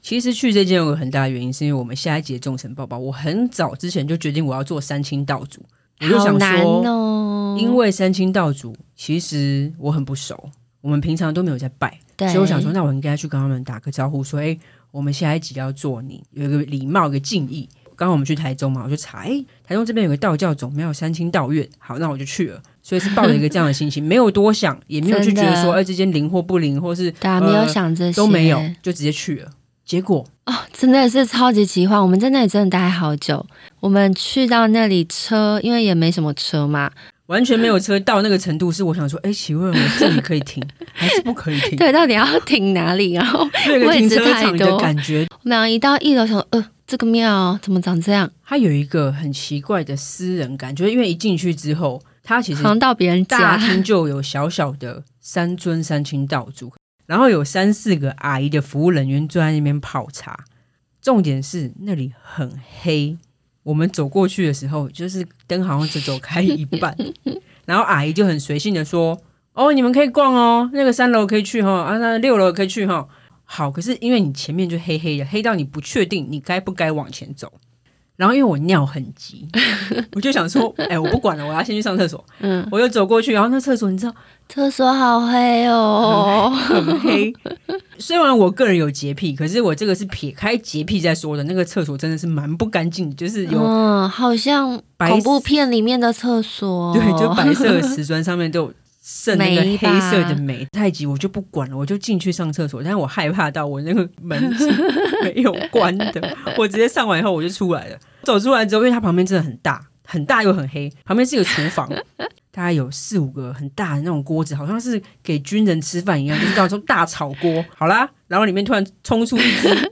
[SPEAKER 2] 其实去这间有个很大的原因，是因为我们下一节众神抱抱，我很早之前就决定我要做三清道主，我就
[SPEAKER 1] 好
[SPEAKER 2] 想
[SPEAKER 1] 难
[SPEAKER 2] 说，
[SPEAKER 1] 哦，
[SPEAKER 2] 因为三清道主其实我很不熟，我们平常都没有在拜，
[SPEAKER 1] 对，
[SPEAKER 2] 所以我想说，那我应该去跟他们打个招呼，说，哎、我们下一集要做你，有一个礼貌，有一个敬意。刚刚我们去台中嘛，我就查，哎、台中这边有个道教总庙三清道院，好，那我就去了。所以是抱着一个这样
[SPEAKER 1] *laughs*
[SPEAKER 2] 的心情，没有多想，也没有去觉得
[SPEAKER 1] 真
[SPEAKER 2] 说，
[SPEAKER 1] 的
[SPEAKER 2] 哎、这间灵或不灵，或是
[SPEAKER 1] 对啊，没有
[SPEAKER 2] 呃
[SPEAKER 1] 想这些，
[SPEAKER 2] 都没有，就直接去了。结果
[SPEAKER 1] 哦，真的是超级奇幻。我们在那里真的待好久，我们去到那里车，因为也没什么车嘛，
[SPEAKER 2] 完全没有车到那个程度，是我想说，哎、请问我这里可以停还是不可以停？
[SPEAKER 1] 对，到底要停哪里？然后
[SPEAKER 2] 那个
[SPEAKER 1] 位
[SPEAKER 2] 停
[SPEAKER 1] 置
[SPEAKER 2] 车
[SPEAKER 1] 太
[SPEAKER 2] 场的
[SPEAKER 1] 多
[SPEAKER 2] 感觉，
[SPEAKER 1] 我们俩一到一楼，想说，呃，这个庙怎么长这样？
[SPEAKER 2] 它有一个很奇怪的私人感，就是因为一进去之后，它其实
[SPEAKER 1] 好像到别人
[SPEAKER 2] 大
[SPEAKER 1] 家，
[SPEAKER 2] 厅就有小小的三尊三清道主，然后有三四个阿姨的服务人员坐在那边泡茶。重点是那里很黑，我们走过去的时候，就是灯好像只走开一半，然后阿姨就很随性的说：“哦，你们可以逛哦，那个三楼可以去哈、哦，啊，那六楼可以去哈、哦。”好，可是因为你前面就黑黑的，黑到你不确定你该不该往前走。然后因为我尿很急，我就想说，哎、我不管了，我要先去上厕所。
[SPEAKER 1] 嗯，
[SPEAKER 2] 我又走过去，然后那厕所你知道
[SPEAKER 1] 厕所好黑哦，
[SPEAKER 2] 很黑。虽然我个人有洁癖，可是我这个是撇开洁癖再说的。那个厕所真的是蛮不干净的，就是有、
[SPEAKER 1] 嗯，好像
[SPEAKER 2] 白
[SPEAKER 1] 恐怖片里面的厕所，
[SPEAKER 2] 对，就白色的瓷砖上面都有渗那个
[SPEAKER 1] 哦霉吧
[SPEAKER 2] 黑色的霉。太极我就不管了，我就进去上厕所，但是我害怕到我那个门是 *laughs* 没有关的，我直接上完以后我就出来了。走出来之后，因为它旁边真的很大，很大又很黑，旁边是一个厨房。大概有四五个很大的那种锅子，好像是给军人吃饭一样，就是那种大炒锅。好啦，然后里面突然冲出一只 *laughs*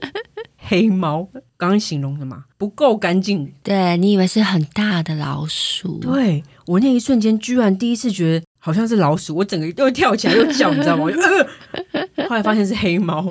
[SPEAKER 2] 黑猫，刚刚形容的嘛，不够干净，
[SPEAKER 1] 对你以为是很大的老鼠，
[SPEAKER 2] 对我那一瞬间，居然第一次觉得好像是老鼠，我整个又跳起来又叫，你知
[SPEAKER 1] *laughs*
[SPEAKER 2] 道吗？我就呃，后来发现是黑猫，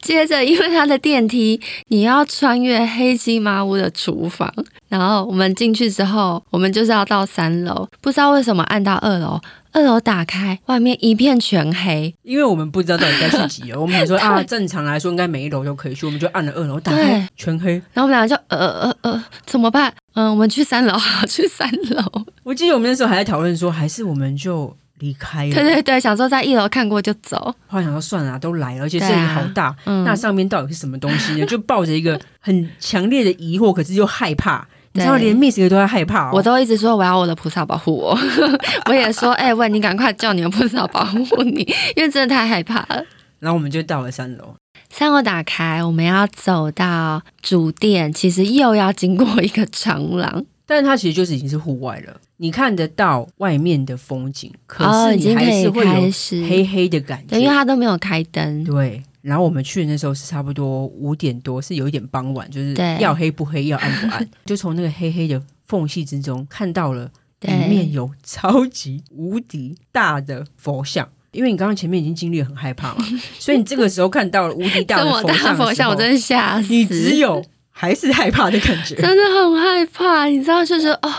[SPEAKER 1] 接着，因为它的电梯，你要穿越黑漆麻屋的厨房，然后我们进去之后，我们就是要到三楼，不知道为什么按到二楼，二楼打开，外面一片全黑，
[SPEAKER 2] 因为我们不知道到底该去几楼，我们想说啊，正常来说应该每一楼都可以去，我们就按了二楼，打开
[SPEAKER 1] 对
[SPEAKER 2] 全黑。
[SPEAKER 1] 然后我们俩就呃呃呃，怎么办？嗯、我们去三楼，好，去三楼。
[SPEAKER 2] 我记得我们那时候还在讨论说，还是我们就离开了。
[SPEAKER 1] 对对对，想说在一楼看过就走，
[SPEAKER 2] 后来想说算了啊、都来了，而且这
[SPEAKER 1] 对
[SPEAKER 2] 里
[SPEAKER 1] 啊
[SPEAKER 2] 好大，
[SPEAKER 1] 嗯
[SPEAKER 2] 那上面到底是什么东西呢？就抱着一个很强烈的疑惑，可是又害怕。你知道，
[SPEAKER 1] 对
[SPEAKER 2] 连 Miss 哥都在害怕、哦，
[SPEAKER 1] 我都一直说我要我的菩萨保护我， *laughs* 我也说，哎、喂，你赶快叫你的菩萨保护你，因为真的太害怕了。
[SPEAKER 2] 然后我们就到了三楼，
[SPEAKER 1] 三楼打开，我们要走到主殿，其实又要经过一个长廊。
[SPEAKER 2] 但它其实就是已经是户外了，你看得到外面的风景， *laughs* 可
[SPEAKER 1] 哦，
[SPEAKER 2] 是
[SPEAKER 1] 已
[SPEAKER 2] 你
[SPEAKER 1] 经可
[SPEAKER 2] 还
[SPEAKER 1] 以
[SPEAKER 2] 是会有
[SPEAKER 1] 开始，
[SPEAKER 2] 黑黑的感觉。
[SPEAKER 1] 对，因为它都没有开灯，
[SPEAKER 2] 对，然后我们去的那时候是差不多五点多，是有一点傍晚，就是
[SPEAKER 1] 对
[SPEAKER 2] 要黑不黑，要暗不
[SPEAKER 1] *laughs*
[SPEAKER 2] 暗，就从那个黑黑的缝隙之中看到了里面
[SPEAKER 1] 对，
[SPEAKER 2] 有超级无敌大的佛像。因为你刚刚前面已经经历了很
[SPEAKER 1] *laughs*
[SPEAKER 2] 害怕嘛，所以你这个时候看到了无敌大
[SPEAKER 1] 这
[SPEAKER 2] 的
[SPEAKER 1] 么
[SPEAKER 2] 佛像
[SPEAKER 1] 大
[SPEAKER 2] 的时候
[SPEAKER 1] 佛像，我真的吓死，
[SPEAKER 2] 你只有还是害怕的感觉。
[SPEAKER 1] 真的很害怕，你知道，就是哦，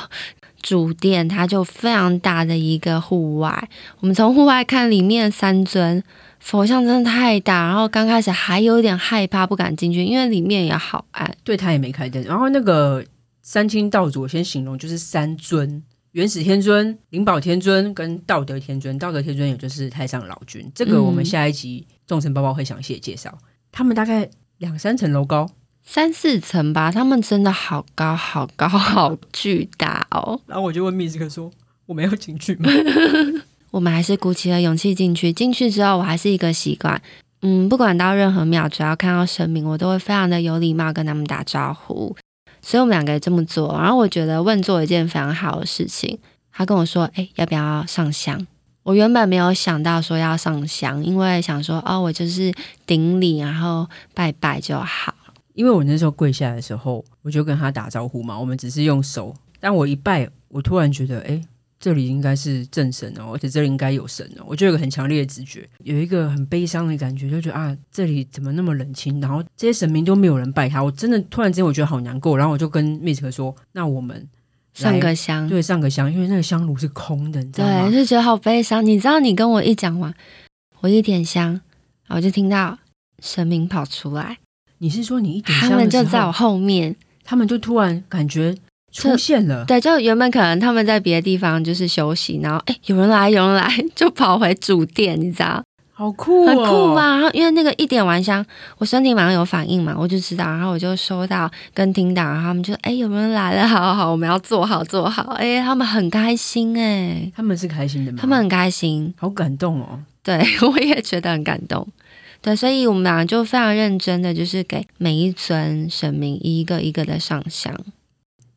[SPEAKER 1] 主殿它就非常大的一个户外，我们从户外看里面三尊佛像真的太大，然后刚开始还有点害怕，不敢进去，因为里面也好暗，
[SPEAKER 2] 对他也没开灯。然后那个三清道祖，我先形容就是三尊：元始天尊、灵宝天尊跟道德天尊。道德天尊也就是太上老君，这个我们
[SPEAKER 1] 嗯
[SPEAKER 2] 下一集众神包包会详细地介绍。他们大概两三层楼高，
[SPEAKER 1] 三四层吧，他们真的好高好高 *laughs* 好巨大哦。
[SPEAKER 2] 然后我就问 Miss 哥说：“我们要进去吗
[SPEAKER 1] 我们还是鼓起了勇气进去。进去之后，我还是一个习惯，嗯，不管到任何庙，只要看到神明，我都会非常的有礼貌跟他们打招呼。所以我们两个也这么做。然后我觉得问做一件非常好的事情。他跟我说：“哎、要不要上香？”我原本没有想到说要上香，因为想说哦，我就是顶礼，然后拜拜就好。？”
[SPEAKER 2] 因为我那时候跪下来的时候，我就跟他打招呼嘛，我们只是用手。但我一拜，我突然觉得，哎、这里应该是正神哦，而且这里应该有神哦。我就有个很强烈的直觉，有一个很悲伤的感觉，就觉得啊，这里怎么那么冷清？然后这些神明都没有人拜他，我真的突然之间我觉得好难过。然后我就跟 Miss 哥说，那我们
[SPEAKER 1] 上个香，
[SPEAKER 2] 对上个香，因为那个香炉是空的，你知道
[SPEAKER 1] 嗯对，
[SPEAKER 2] 吗？
[SPEAKER 1] 就觉得好悲伤。你知道，你跟我一讲完，我一点香，然后我就听到神明跑出来，
[SPEAKER 2] 你是说你一点
[SPEAKER 1] 他
[SPEAKER 2] 香
[SPEAKER 1] 们
[SPEAKER 2] 的时
[SPEAKER 1] 就
[SPEAKER 2] 候
[SPEAKER 1] 在我后面。
[SPEAKER 2] 他们就突然感觉出
[SPEAKER 1] 这
[SPEAKER 2] 现了，
[SPEAKER 1] 对，就原本可能他们在别的地方就是休息，然后哎、有人来，有人来，就跑回主殿，你知道，
[SPEAKER 2] 好酷、哦，
[SPEAKER 1] 很酷？啊吧？然后因为那个一点完香，我身体马上有反应嘛，我就知道，然后我就收到跟听到，然后他们就哎、有人来了，好好好，我们要做好做好，哎、他们很开心哎、
[SPEAKER 2] 他们是开心的吗？
[SPEAKER 1] 他们很开心，
[SPEAKER 2] 好感动哦。
[SPEAKER 1] 对 *laughs* 我也觉得很感动。对，所以我们俩就非常认真的，就是给每一尊神明一个一个的上香，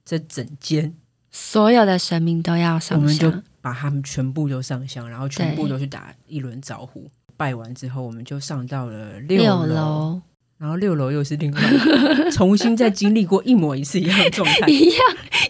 [SPEAKER 2] 这整间，
[SPEAKER 1] 所有的神明都要
[SPEAKER 2] 我
[SPEAKER 1] 上
[SPEAKER 2] 们就
[SPEAKER 1] 香。
[SPEAKER 2] 把他们全部都上香，然后全部
[SPEAKER 1] 对
[SPEAKER 2] 都去打一轮招呼。拜完之后，我们就上到了
[SPEAKER 1] 六
[SPEAKER 2] 楼，
[SPEAKER 1] 楼
[SPEAKER 2] 然后六楼又是另外一个 *laughs* 重新再经历过一模一次一样的状态。
[SPEAKER 1] *laughs* 一样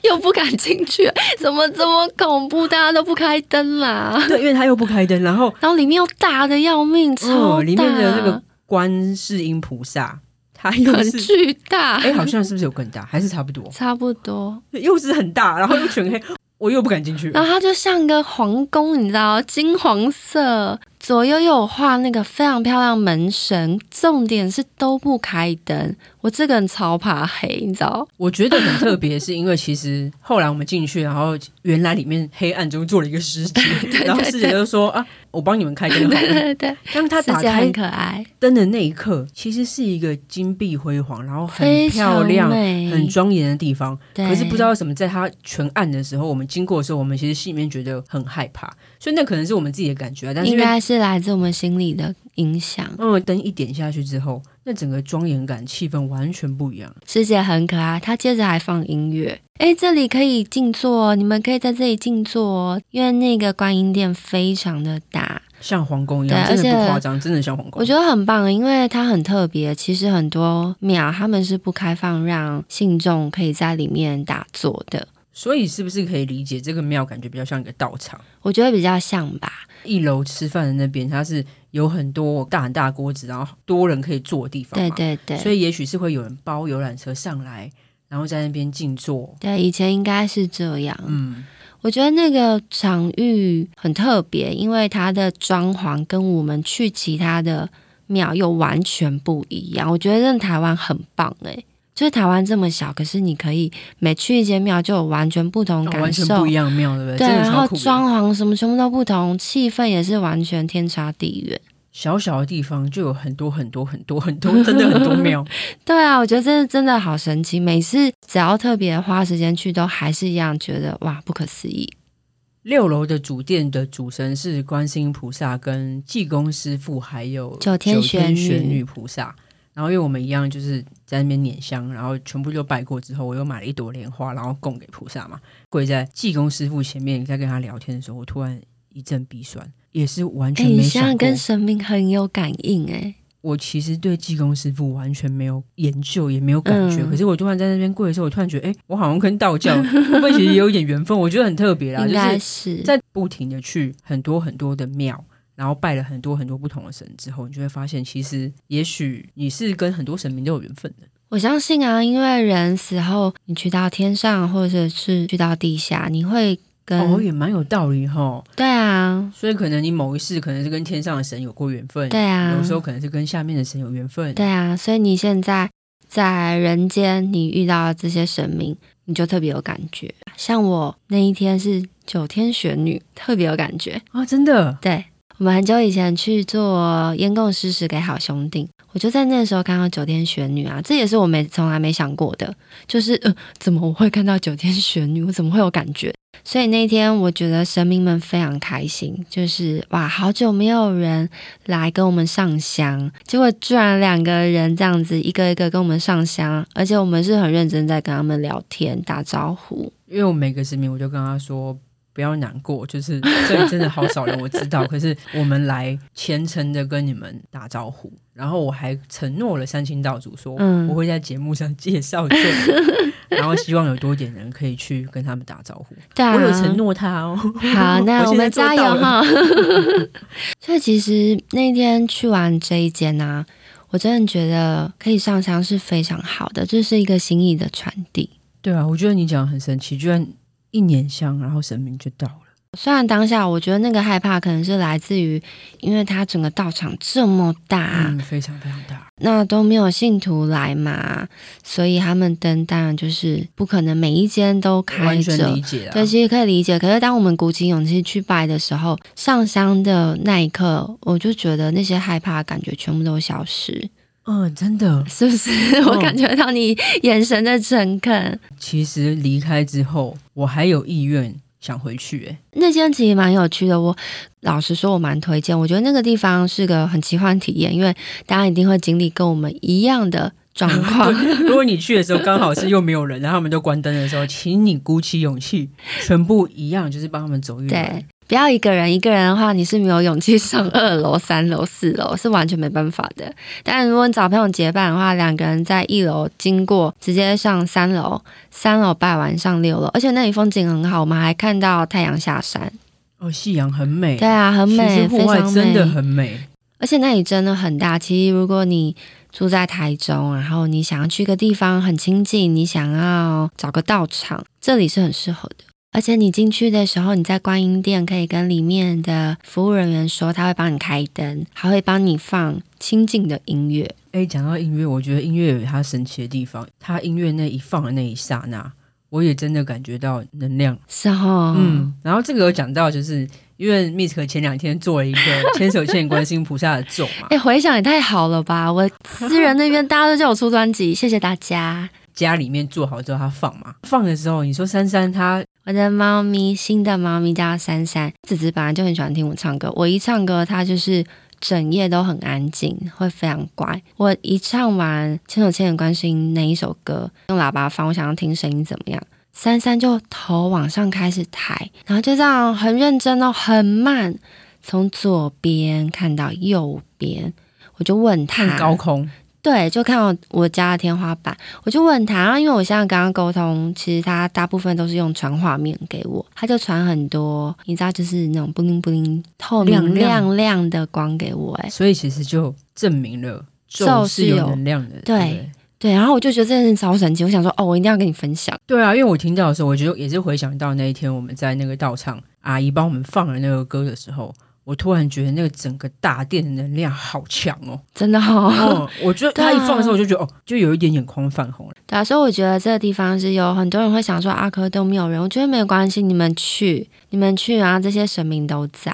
[SPEAKER 1] 又不敢进去，怎么这么恐怖？大家都不开灯啦，
[SPEAKER 2] 对，因为他又不开灯，然后
[SPEAKER 1] 然后里面又大的要命，超大，啊
[SPEAKER 2] 哦，里面的那个观世音菩萨，他又
[SPEAKER 1] 很
[SPEAKER 2] 是
[SPEAKER 1] 巨大，
[SPEAKER 2] 哎，好像是不是有更大，还是差不多，
[SPEAKER 1] 差不多。
[SPEAKER 2] 又是很大，然后又全黑，我又不敢进去
[SPEAKER 1] 然。后它就像个皇宫，你知道，金黄色，左右又有画那个非常漂亮门神，重点是都不开灯。我这个人超怕黑，你知
[SPEAKER 2] *laughs*
[SPEAKER 1] 道，
[SPEAKER 2] 我觉得很特别，是因为其实后来我们进去，然后原来里面黑暗中坐了一
[SPEAKER 1] *laughs*
[SPEAKER 2] 个尸体，然后师姐就说啊，我帮你们开灯好
[SPEAKER 1] 对
[SPEAKER 2] 了。
[SPEAKER 1] *laughs* 对对，
[SPEAKER 2] 当他
[SPEAKER 1] 世
[SPEAKER 2] 打
[SPEAKER 1] 界很
[SPEAKER 2] 开
[SPEAKER 1] 可爱，
[SPEAKER 2] 灯的那一刻，其实是一个金碧辉煌，然后很
[SPEAKER 1] 非
[SPEAKER 2] 漂
[SPEAKER 1] 常
[SPEAKER 2] 亮、
[SPEAKER 1] 美，
[SPEAKER 2] 很庄严的地方。
[SPEAKER 1] 对
[SPEAKER 2] 可是不知道为什么，在它全暗的时候，我们经过的时候，我们其实心里面觉得很害怕，所以那可能是我们自己的感觉啊。但是
[SPEAKER 1] 应
[SPEAKER 2] 因为
[SPEAKER 1] 该是来自我们心里的影响。
[SPEAKER 2] 嗯，灯一点下去之后，那整个庄严感、气氛完全不一样。
[SPEAKER 1] 师姐很可爱，她接着还放音乐。哎，这里可以静坐哦，你们可以在这里静坐哦，因为那个观音殿非常的大，
[SPEAKER 2] 像皇宫一样，
[SPEAKER 1] 对
[SPEAKER 2] 真的
[SPEAKER 1] 而
[SPEAKER 2] 不
[SPEAKER 1] 且
[SPEAKER 2] 夸张，真的像皇宫。
[SPEAKER 1] 我觉得很棒，因为它很特别。其实很多庙他们是不开放让信众可以在里面打坐的，
[SPEAKER 2] 所以是不是可以理解这个庙感觉比较像一个道场？
[SPEAKER 1] 我觉得比较像吧。
[SPEAKER 2] 一楼吃饭的那边，它是有很多大很大的锅子，然后多人可以坐的地方
[SPEAKER 1] 对
[SPEAKER 2] 嘛。
[SPEAKER 1] 对对，
[SPEAKER 2] 所以也许是会有人包游览车上来，然后在那边静坐。
[SPEAKER 1] 对以前应该是这样。
[SPEAKER 2] 嗯，
[SPEAKER 1] 我觉得那个场域很特别，因为它的装潢跟我们去其他的庙又完全不一样。我觉得真的台湾很棒诶、就是台湾这么小，可是你可以每去一间庙就有完全不同
[SPEAKER 2] 哦完
[SPEAKER 1] 感
[SPEAKER 2] 全
[SPEAKER 1] 受，
[SPEAKER 2] 不一样庙，对不对？
[SPEAKER 1] 对，
[SPEAKER 2] 真的
[SPEAKER 1] 然
[SPEAKER 2] 超
[SPEAKER 1] 后
[SPEAKER 2] 酷的
[SPEAKER 1] 装潢什么全部都不同，气氛也是完全天差地远。
[SPEAKER 2] 小小的地方就有很多很多很多很多，真的很多庙。
[SPEAKER 1] 对啊，我觉得真的真的好神奇，每次只要特别花时间去，都还是一样觉得哇不可思议。
[SPEAKER 2] 六楼的主殿的主神是观世音菩萨、跟济公师傅，还有
[SPEAKER 1] 九天
[SPEAKER 2] 九
[SPEAKER 1] 玄
[SPEAKER 2] 天玄
[SPEAKER 1] 女
[SPEAKER 2] 女菩萨。然后因为我们一样就是在那边捻香，然后全部就拜过之后，我又买了一朵莲花，然后供给菩萨嘛。跪在济公师傅前面，在跟他聊天的时候，我突然一阵鼻酸，也是完
[SPEAKER 1] 哎、
[SPEAKER 2] 全没
[SPEAKER 1] 你
[SPEAKER 2] 想
[SPEAKER 1] 想
[SPEAKER 2] 过。
[SPEAKER 1] 想跟神明很有感应哎、
[SPEAKER 2] 我其实对济公师傅完全没有研究，也没有感觉。
[SPEAKER 1] 嗯
[SPEAKER 2] 可是我突然在那边跪的时候，我突然觉得，哎、我好像跟道教 *laughs* 会不会其实也有一点缘分？我觉得很特别啦，
[SPEAKER 1] 应
[SPEAKER 2] 啊就
[SPEAKER 1] 该
[SPEAKER 2] 是
[SPEAKER 1] 是
[SPEAKER 2] 在不停的去很多很多的庙，然后拜了很多很多不同的神之后，你就会发现，其实也许你是跟很多神明都有缘分的。
[SPEAKER 1] 我相信啊，因为人死后，你去到天上或者是去到地下，你会跟、
[SPEAKER 2] 哦，也蛮有道理哈。
[SPEAKER 1] 对啊，
[SPEAKER 2] 所以可能你某一世可能是跟天上的神有过缘分，
[SPEAKER 1] 对啊，
[SPEAKER 2] 有时候可能是跟下面的神有缘分。
[SPEAKER 1] 对啊，所以你现在在人间，你遇到这些神明，你就特别有感觉。像我那一天是九天玄女，特别有感觉。
[SPEAKER 2] 啊，真的，
[SPEAKER 1] 对我们很久以前去做烟供施食给好兄弟，我就在那时候看到九天玄女啊，这也是我没从来没想过的，就是呃，怎么我会看到九天玄女，我怎么会有感觉？所以那一天，我觉得神明们非常开心，就是哇，好久没有人来跟我们上香，结果居然两个人这样子一个一个跟我们上香，而且我们是很认真在跟他们聊天打招呼。
[SPEAKER 2] 因为我每个神明我就跟他说。不要难过， *laughs* 就是这里真的好少人，我知道。 *laughs* 可是我们来虔诚的跟你们打招呼，然后我还承诺了三清道主说，
[SPEAKER 1] 嗯
[SPEAKER 2] 我会在节目上介绍这
[SPEAKER 1] *laughs*
[SPEAKER 2] 个，然后希望有多一点人可以去跟他们打招呼。
[SPEAKER 1] 对啊，
[SPEAKER 2] 我有承诺
[SPEAKER 1] *laughs*
[SPEAKER 2] 他哦。 *laughs*
[SPEAKER 1] 好，那我
[SPEAKER 2] 我现在
[SPEAKER 1] 们
[SPEAKER 2] 做
[SPEAKER 1] 加油
[SPEAKER 2] 到
[SPEAKER 1] 哈！
[SPEAKER 2] 了 *laughs*
[SPEAKER 1] *laughs* 所以其实那天去完这一间呢、我真的觉得可以上香是非常好的，这是一个心意的传递。
[SPEAKER 2] 对啊，我觉得你讲得很神奇，居然一捻香，然后神明就到了。
[SPEAKER 1] 虽然当下我觉得那个害怕可能是来自于，因为它整个道场这么大，
[SPEAKER 2] 嗯，非常非常大。
[SPEAKER 1] 那都没有信徒来嘛，所以他们灯当然就是不可能每一间都开
[SPEAKER 2] 完全
[SPEAKER 1] 着
[SPEAKER 2] 理，解啊。
[SPEAKER 1] 对，其实可以理解。可是当我们鼓起勇气去拜的时候，上香的那一刻，我就觉得那些害怕的感觉全部都消失，
[SPEAKER 2] 嗯，真的，
[SPEAKER 1] 是不是？我感觉到你眼神的诚恳。
[SPEAKER 2] 其实离开之后，我还有意愿想回去、欸。
[SPEAKER 1] 那间其实蛮有趣的，我老实说，我蛮推荐。我觉得那个地方是个很奇幻体验，因为大家一定会经历跟我们一样的状
[SPEAKER 2] *laughs*
[SPEAKER 1] 况。 *laughs*
[SPEAKER 2] 如果你去的时候刚好是又没有人，然后他们都关灯的时候，请你鼓起勇气，全部一样，就是帮他们走一轮
[SPEAKER 1] 对。，不要一个人，一个人的话，你是没有勇气上二楼、三楼、四楼，是完全没办法的。但如果你找朋友结伴的话，两个人在一楼经过，直接上三楼，三楼拜完上六楼，而且那里风景很好，我们还看到太阳下山。
[SPEAKER 2] 哦，夕阳很美，
[SPEAKER 1] 对啊，很
[SPEAKER 2] 其实
[SPEAKER 1] 美，
[SPEAKER 2] 户
[SPEAKER 1] 非
[SPEAKER 2] 外
[SPEAKER 1] 常
[SPEAKER 2] 真的
[SPEAKER 1] 美。
[SPEAKER 2] 很美。
[SPEAKER 1] 而且那里真的很大。其实如果你住在台中，然后你想要去一个地方很清静，你想要找个道场，这里是很适合的。而且你进去的时候，你在观音殿可以跟里面的服务人员说，他会帮你开灯，还会帮你放清静的音乐。
[SPEAKER 2] 哎、讲到音乐，我觉得音乐有它神奇的地方，它音乐那一放的那一刹那，我也真的感觉到能量。
[SPEAKER 1] 是哦，
[SPEAKER 2] 嗯，然后这个有讲到，就是因为 Misk 前两天做了一个千手千眼观世音菩萨的咒嘛，
[SPEAKER 1] *laughs* 哎、回想也太好了吧！我私人那边大家都叫我出专辑，谢谢大家。
[SPEAKER 2] 家里面做好之后他放嘛，放的时候你说珊珊她
[SPEAKER 1] 我的猫咪，新的猫咪叫珊珊。子子本来就很喜欢听我唱歌，我一唱歌，它就是整夜都很安静，会非常乖。我一唱完《千手千眼观世音》那一首歌，用喇叭放，我想要听声音怎么样。珊珊就头往上开始抬，然后就这样很认真哦，很慢，从左边看到右边，我就问他
[SPEAKER 2] 看高空，
[SPEAKER 1] 对，就看到我家的天花板，我就问他，然后因为我现在跟他沟通，其实他大部分都是用传画面给我，他就传很多，你知道，就是那种布灵布灵、透明
[SPEAKER 2] 亮亮
[SPEAKER 1] 亮亮的光给我，哎，
[SPEAKER 2] 所以其实就证明了咒
[SPEAKER 1] 咒
[SPEAKER 2] 是
[SPEAKER 1] 是
[SPEAKER 2] 有
[SPEAKER 1] 有
[SPEAKER 2] 能量的，
[SPEAKER 1] 对
[SPEAKER 2] 对不对
[SPEAKER 1] 对，然后我就觉得这件事超神奇，我想说，哦，我一定要跟你分享，
[SPEAKER 2] 对啊，因为我听到的时候，我觉得也是回想到那一天我们在那个道场，阿姨帮我们放了那个歌的时候。我突然觉得那个整个大殿的能量好强 *laughs* 哦！
[SPEAKER 1] 真的哦，
[SPEAKER 2] 哦，我觉得他一放的时候，我就觉得哦，就有一点眼眶泛红了。
[SPEAKER 1] *laughs* 对啊，所以我觉得这个地方是有很多人会想说阿珂都没有人，我觉得没有关系，你们去，你们去，然后这些神明都在，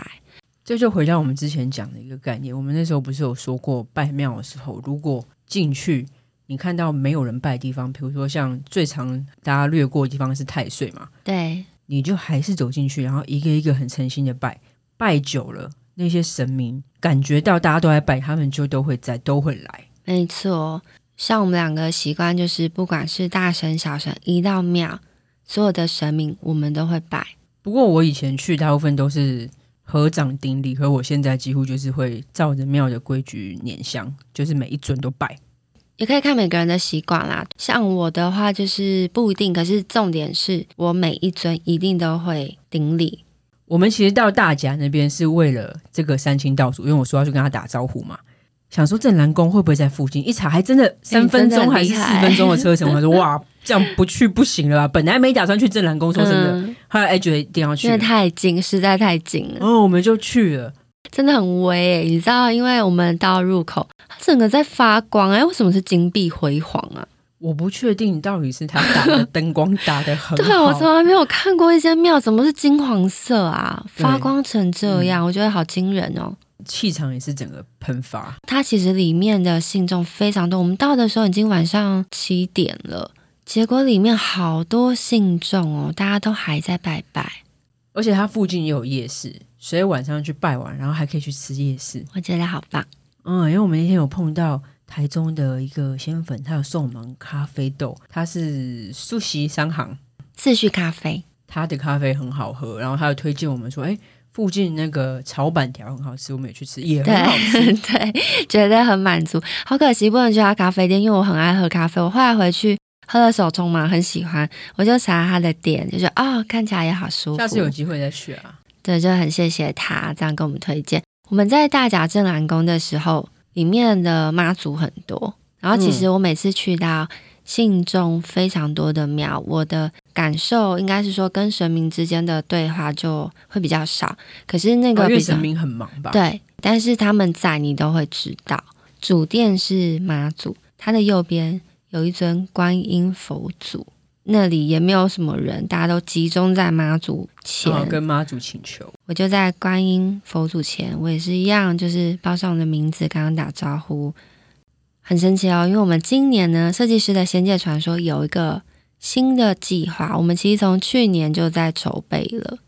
[SPEAKER 2] 这就回到我们之前讲的一个概念，我们那时候不是有说过，拜庙的时候，如果进去你看到没有人拜的地方，比如说像最常大家略过的地方是太岁嘛，
[SPEAKER 1] 对，
[SPEAKER 2] 你就还是走进去，然后一个一个很诚心的拜，拜久了，那些神明感觉到大家都在拜，他们就都会在，都会来。
[SPEAKER 1] 没错，哦像我们两个习惯就是，不管是大神小神，一到庙，所有的神明我们都会拜。
[SPEAKER 2] 不过我以前去大部分都是合掌顶礼，可我现在几乎就是会照着庙的规矩捻香，就是每一尊都拜。
[SPEAKER 1] 也可以看每个人的习惯啦。像我的话就是不一定，可是重点是我每一尊一定都会顶礼。
[SPEAKER 2] 我们其实到大甲那边是为了这个三清道祖，因为我说要去跟他打招呼嘛，想说镇南宫会不会在附近？一查还哎真的三分钟还是四分钟的车程，我说哇，这样不去不行了吧？本来没打算去镇南宫，说真的，
[SPEAKER 1] 嗯，
[SPEAKER 2] 后来哎觉得一定要去
[SPEAKER 1] 因为，太近，实在太近了。
[SPEAKER 2] 然后我们就去了。
[SPEAKER 1] 真的很微欸、你知道，因为我们到入口，它整个在发光哎、为什么是金碧辉煌啊？
[SPEAKER 2] 我不确定到底是他打的灯光打的很好，
[SPEAKER 1] *laughs* 对，啊我从来没有看过一间庙怎么是金黄色啊，
[SPEAKER 2] 对
[SPEAKER 1] 发光成这样，我觉得好惊人哦。
[SPEAKER 2] 气场也是整个喷发，
[SPEAKER 1] 它其实里面的信众非常多，我们到的时候已经晚上七点了，结果里面好多信众哦，大家都还在拜拜，
[SPEAKER 2] 而且它附近也有夜市，所以晚上去拜完，然后还可以去吃夜市。
[SPEAKER 1] 我觉得好棒。
[SPEAKER 2] 嗯，因为我们那天有碰到台中的一个鲜粉，他有送我们咖啡豆，它是苏西商行，
[SPEAKER 1] 四序咖啡，
[SPEAKER 2] 他的咖啡很好喝，然后他有推荐我们说，哎，附近那个炒板条很好吃，我们也去吃，也很好吃。
[SPEAKER 1] 对 *laughs* 对，觉得很满足。好可惜不能去他咖啡店，因为我很爱喝咖啡。我后来回去喝了手冲嘛，很喜欢，我就查他的店，就觉得哦，看起来也好舒服。
[SPEAKER 2] *laughs* 下次有机会再去啊。
[SPEAKER 1] 对，就很谢谢他这样给我们推荐。我们在大甲镇澜宫的时候，里面的妈祖很多，然后
[SPEAKER 2] 嗯
[SPEAKER 1] 其实我每次去到信众非常多的庙，我的感受应该是说跟神明之间的对话就会比较少，可是 *laughs* 那
[SPEAKER 2] 哦
[SPEAKER 1] 个
[SPEAKER 2] 因为
[SPEAKER 1] 比较、
[SPEAKER 2] 神明很忙吧？，
[SPEAKER 1] 对，但是他们在你都会知道。主殿是妈祖，它的右边有一尊观音佛祖，那里也没有什么人，大家都集中在妈祖前，
[SPEAKER 2] 然后哦跟妈祖请求。
[SPEAKER 1] 我就在观音佛祖前，我也是一样，就是报上我的名字，刚刚打招呼，很神奇哦。因为我们今年呢，设计师的《仙界传说》有一个新的计划，我们其实从去年就在筹备了。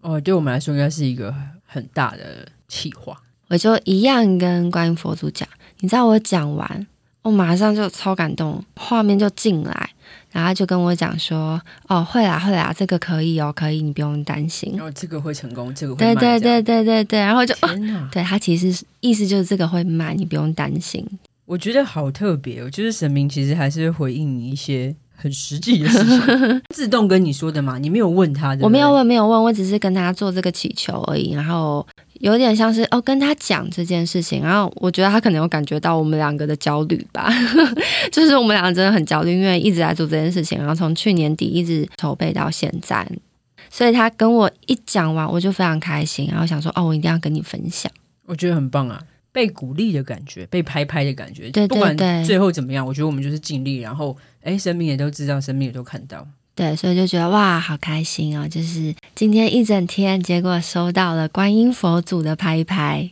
[SPEAKER 2] 哦，对我们来说应该是一个很大的企划。
[SPEAKER 1] 我就一样跟观音佛祖讲，你知道我讲完，我马上就超感动，画面就进来，然后他就跟我讲说：“哦，会啦会啦，这个可以哦，可以，你不用担心
[SPEAKER 2] 然。后这个会成功，这个”哦
[SPEAKER 1] 嗯
[SPEAKER 2] 会
[SPEAKER 1] 对
[SPEAKER 2] 卖
[SPEAKER 1] 对
[SPEAKER 2] 这
[SPEAKER 1] 对
[SPEAKER 2] 样
[SPEAKER 1] 对对对，然后我就 *laughs*
[SPEAKER 2] 天哪！
[SPEAKER 1] 对他其实是意思就是这个会卖，你不用担心。
[SPEAKER 2] 我觉得好特别哦，就是神明其实还是会回应你一些很实际的事
[SPEAKER 1] *laughs*
[SPEAKER 2] 情，自动跟你说的嘛，你没有问他的，
[SPEAKER 1] 我没有问，没有问，我只是跟他做这个祈求而已。然后有点像是哦，跟他讲这件事情。然后我觉得他可能有感觉到我们两个的焦虑吧， *laughs* 就是我们两个真的很焦虑，因为一直在做这件事情，然后从去年底一直筹备到现在。所以他跟我一讲完，我就非常开心，然后想说哦，我一定要跟你分享。
[SPEAKER 2] 我觉得很棒啊，被鼓励的感觉，被拍拍的感觉，
[SPEAKER 1] 对对
[SPEAKER 2] 不管
[SPEAKER 1] 对
[SPEAKER 2] 最后怎么样，我觉得我们就是尽力，然后哎，神明也都知道，神明也都看到，
[SPEAKER 1] 对，所以就觉得哇，好开心哦！就是今天一整天，结果收到了观音佛祖的拍拍，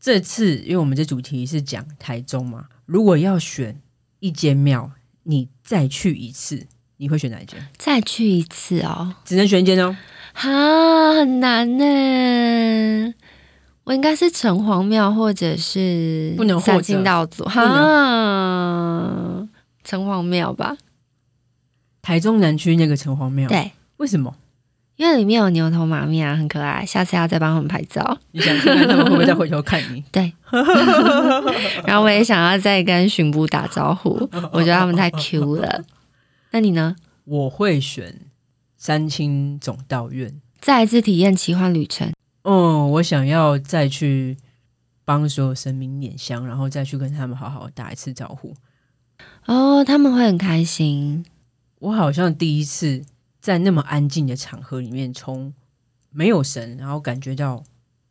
[SPEAKER 2] 这次因为我们这主题是讲台中嘛，如果要选一间庙，你再去一次，你会选哪一间？
[SPEAKER 1] 再去一次哦。
[SPEAKER 2] 只能选一间哦。
[SPEAKER 1] 啊，很难呢。我应该是城隍庙或者是
[SPEAKER 2] 不能或者
[SPEAKER 1] 三清道祖哈、啊，城隍庙吧？
[SPEAKER 2] 台中南区那个城隍庙，
[SPEAKER 1] 对，
[SPEAKER 2] 为什么？
[SPEAKER 1] 因为里面有牛头马面啊，很可爱。下次要再帮我们拍 *laughs* 照。
[SPEAKER 2] 你想看看他们会不会再回头看你？
[SPEAKER 1] 对，然后我也想要再跟巡捕打招呼， *laughs* 我觉得他们太 Q 了。那你呢？
[SPEAKER 2] 我会选三清总道院。
[SPEAKER 1] 再一次体验奇幻旅程，
[SPEAKER 2] 嗯，我想要再去帮所有神明捻香，然后再去跟他们好好打一次招呼。
[SPEAKER 1] 哦，他们会很开心。
[SPEAKER 2] 我好像第一次在那么安静的场合里面，从没有神，然后感觉到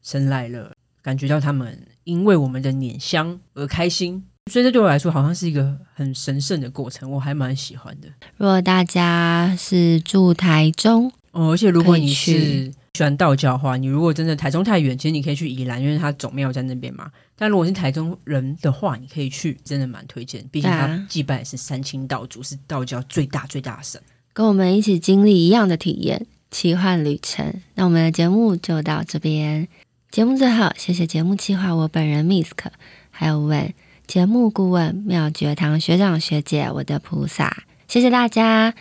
[SPEAKER 2] 神来了，感觉到他们因为我们的捻香而开心。所以这对我来说好像是一个很神圣的过程，我还蛮喜欢的。
[SPEAKER 1] 如果大家是住台中，
[SPEAKER 2] 哦，而且如果你
[SPEAKER 1] 可
[SPEAKER 2] 是
[SPEAKER 1] 以
[SPEAKER 2] 喜欢道教的话，你如果真的台中太远，其实你可以去宜兰，因为它总庙在那边嘛。但如果你是台中人的话，你可以去，真的蛮推荐。毕竟
[SPEAKER 1] 对啊
[SPEAKER 2] 它祭拜是三清道主，是道教最大最大的神。
[SPEAKER 1] 跟我们一起经历一样的体验，奇幻旅程。那我们的节目就到这边。节目最后，谢谢节目企划我本人 Misk，还有 Wen，节目顾问妙觉堂学长学姐，我的菩萨，谢谢大家。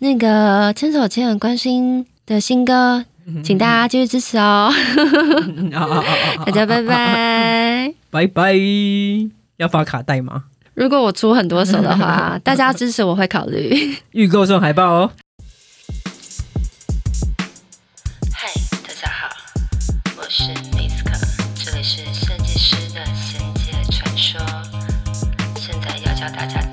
[SPEAKER 1] 那个牵手牵人关心的新歌，请大家继续支持哦，大家拜拜。
[SPEAKER 2] 拜拜。要发卡带吗？
[SPEAKER 1] *laughs* 如果我出很多首的 *laughs* 话，大家支持我会考虑。
[SPEAKER 2] 预购送海报哦。
[SPEAKER 1] 嗨，大家好，我是 Miska，这里是设计师的衔接传说。现在要教大家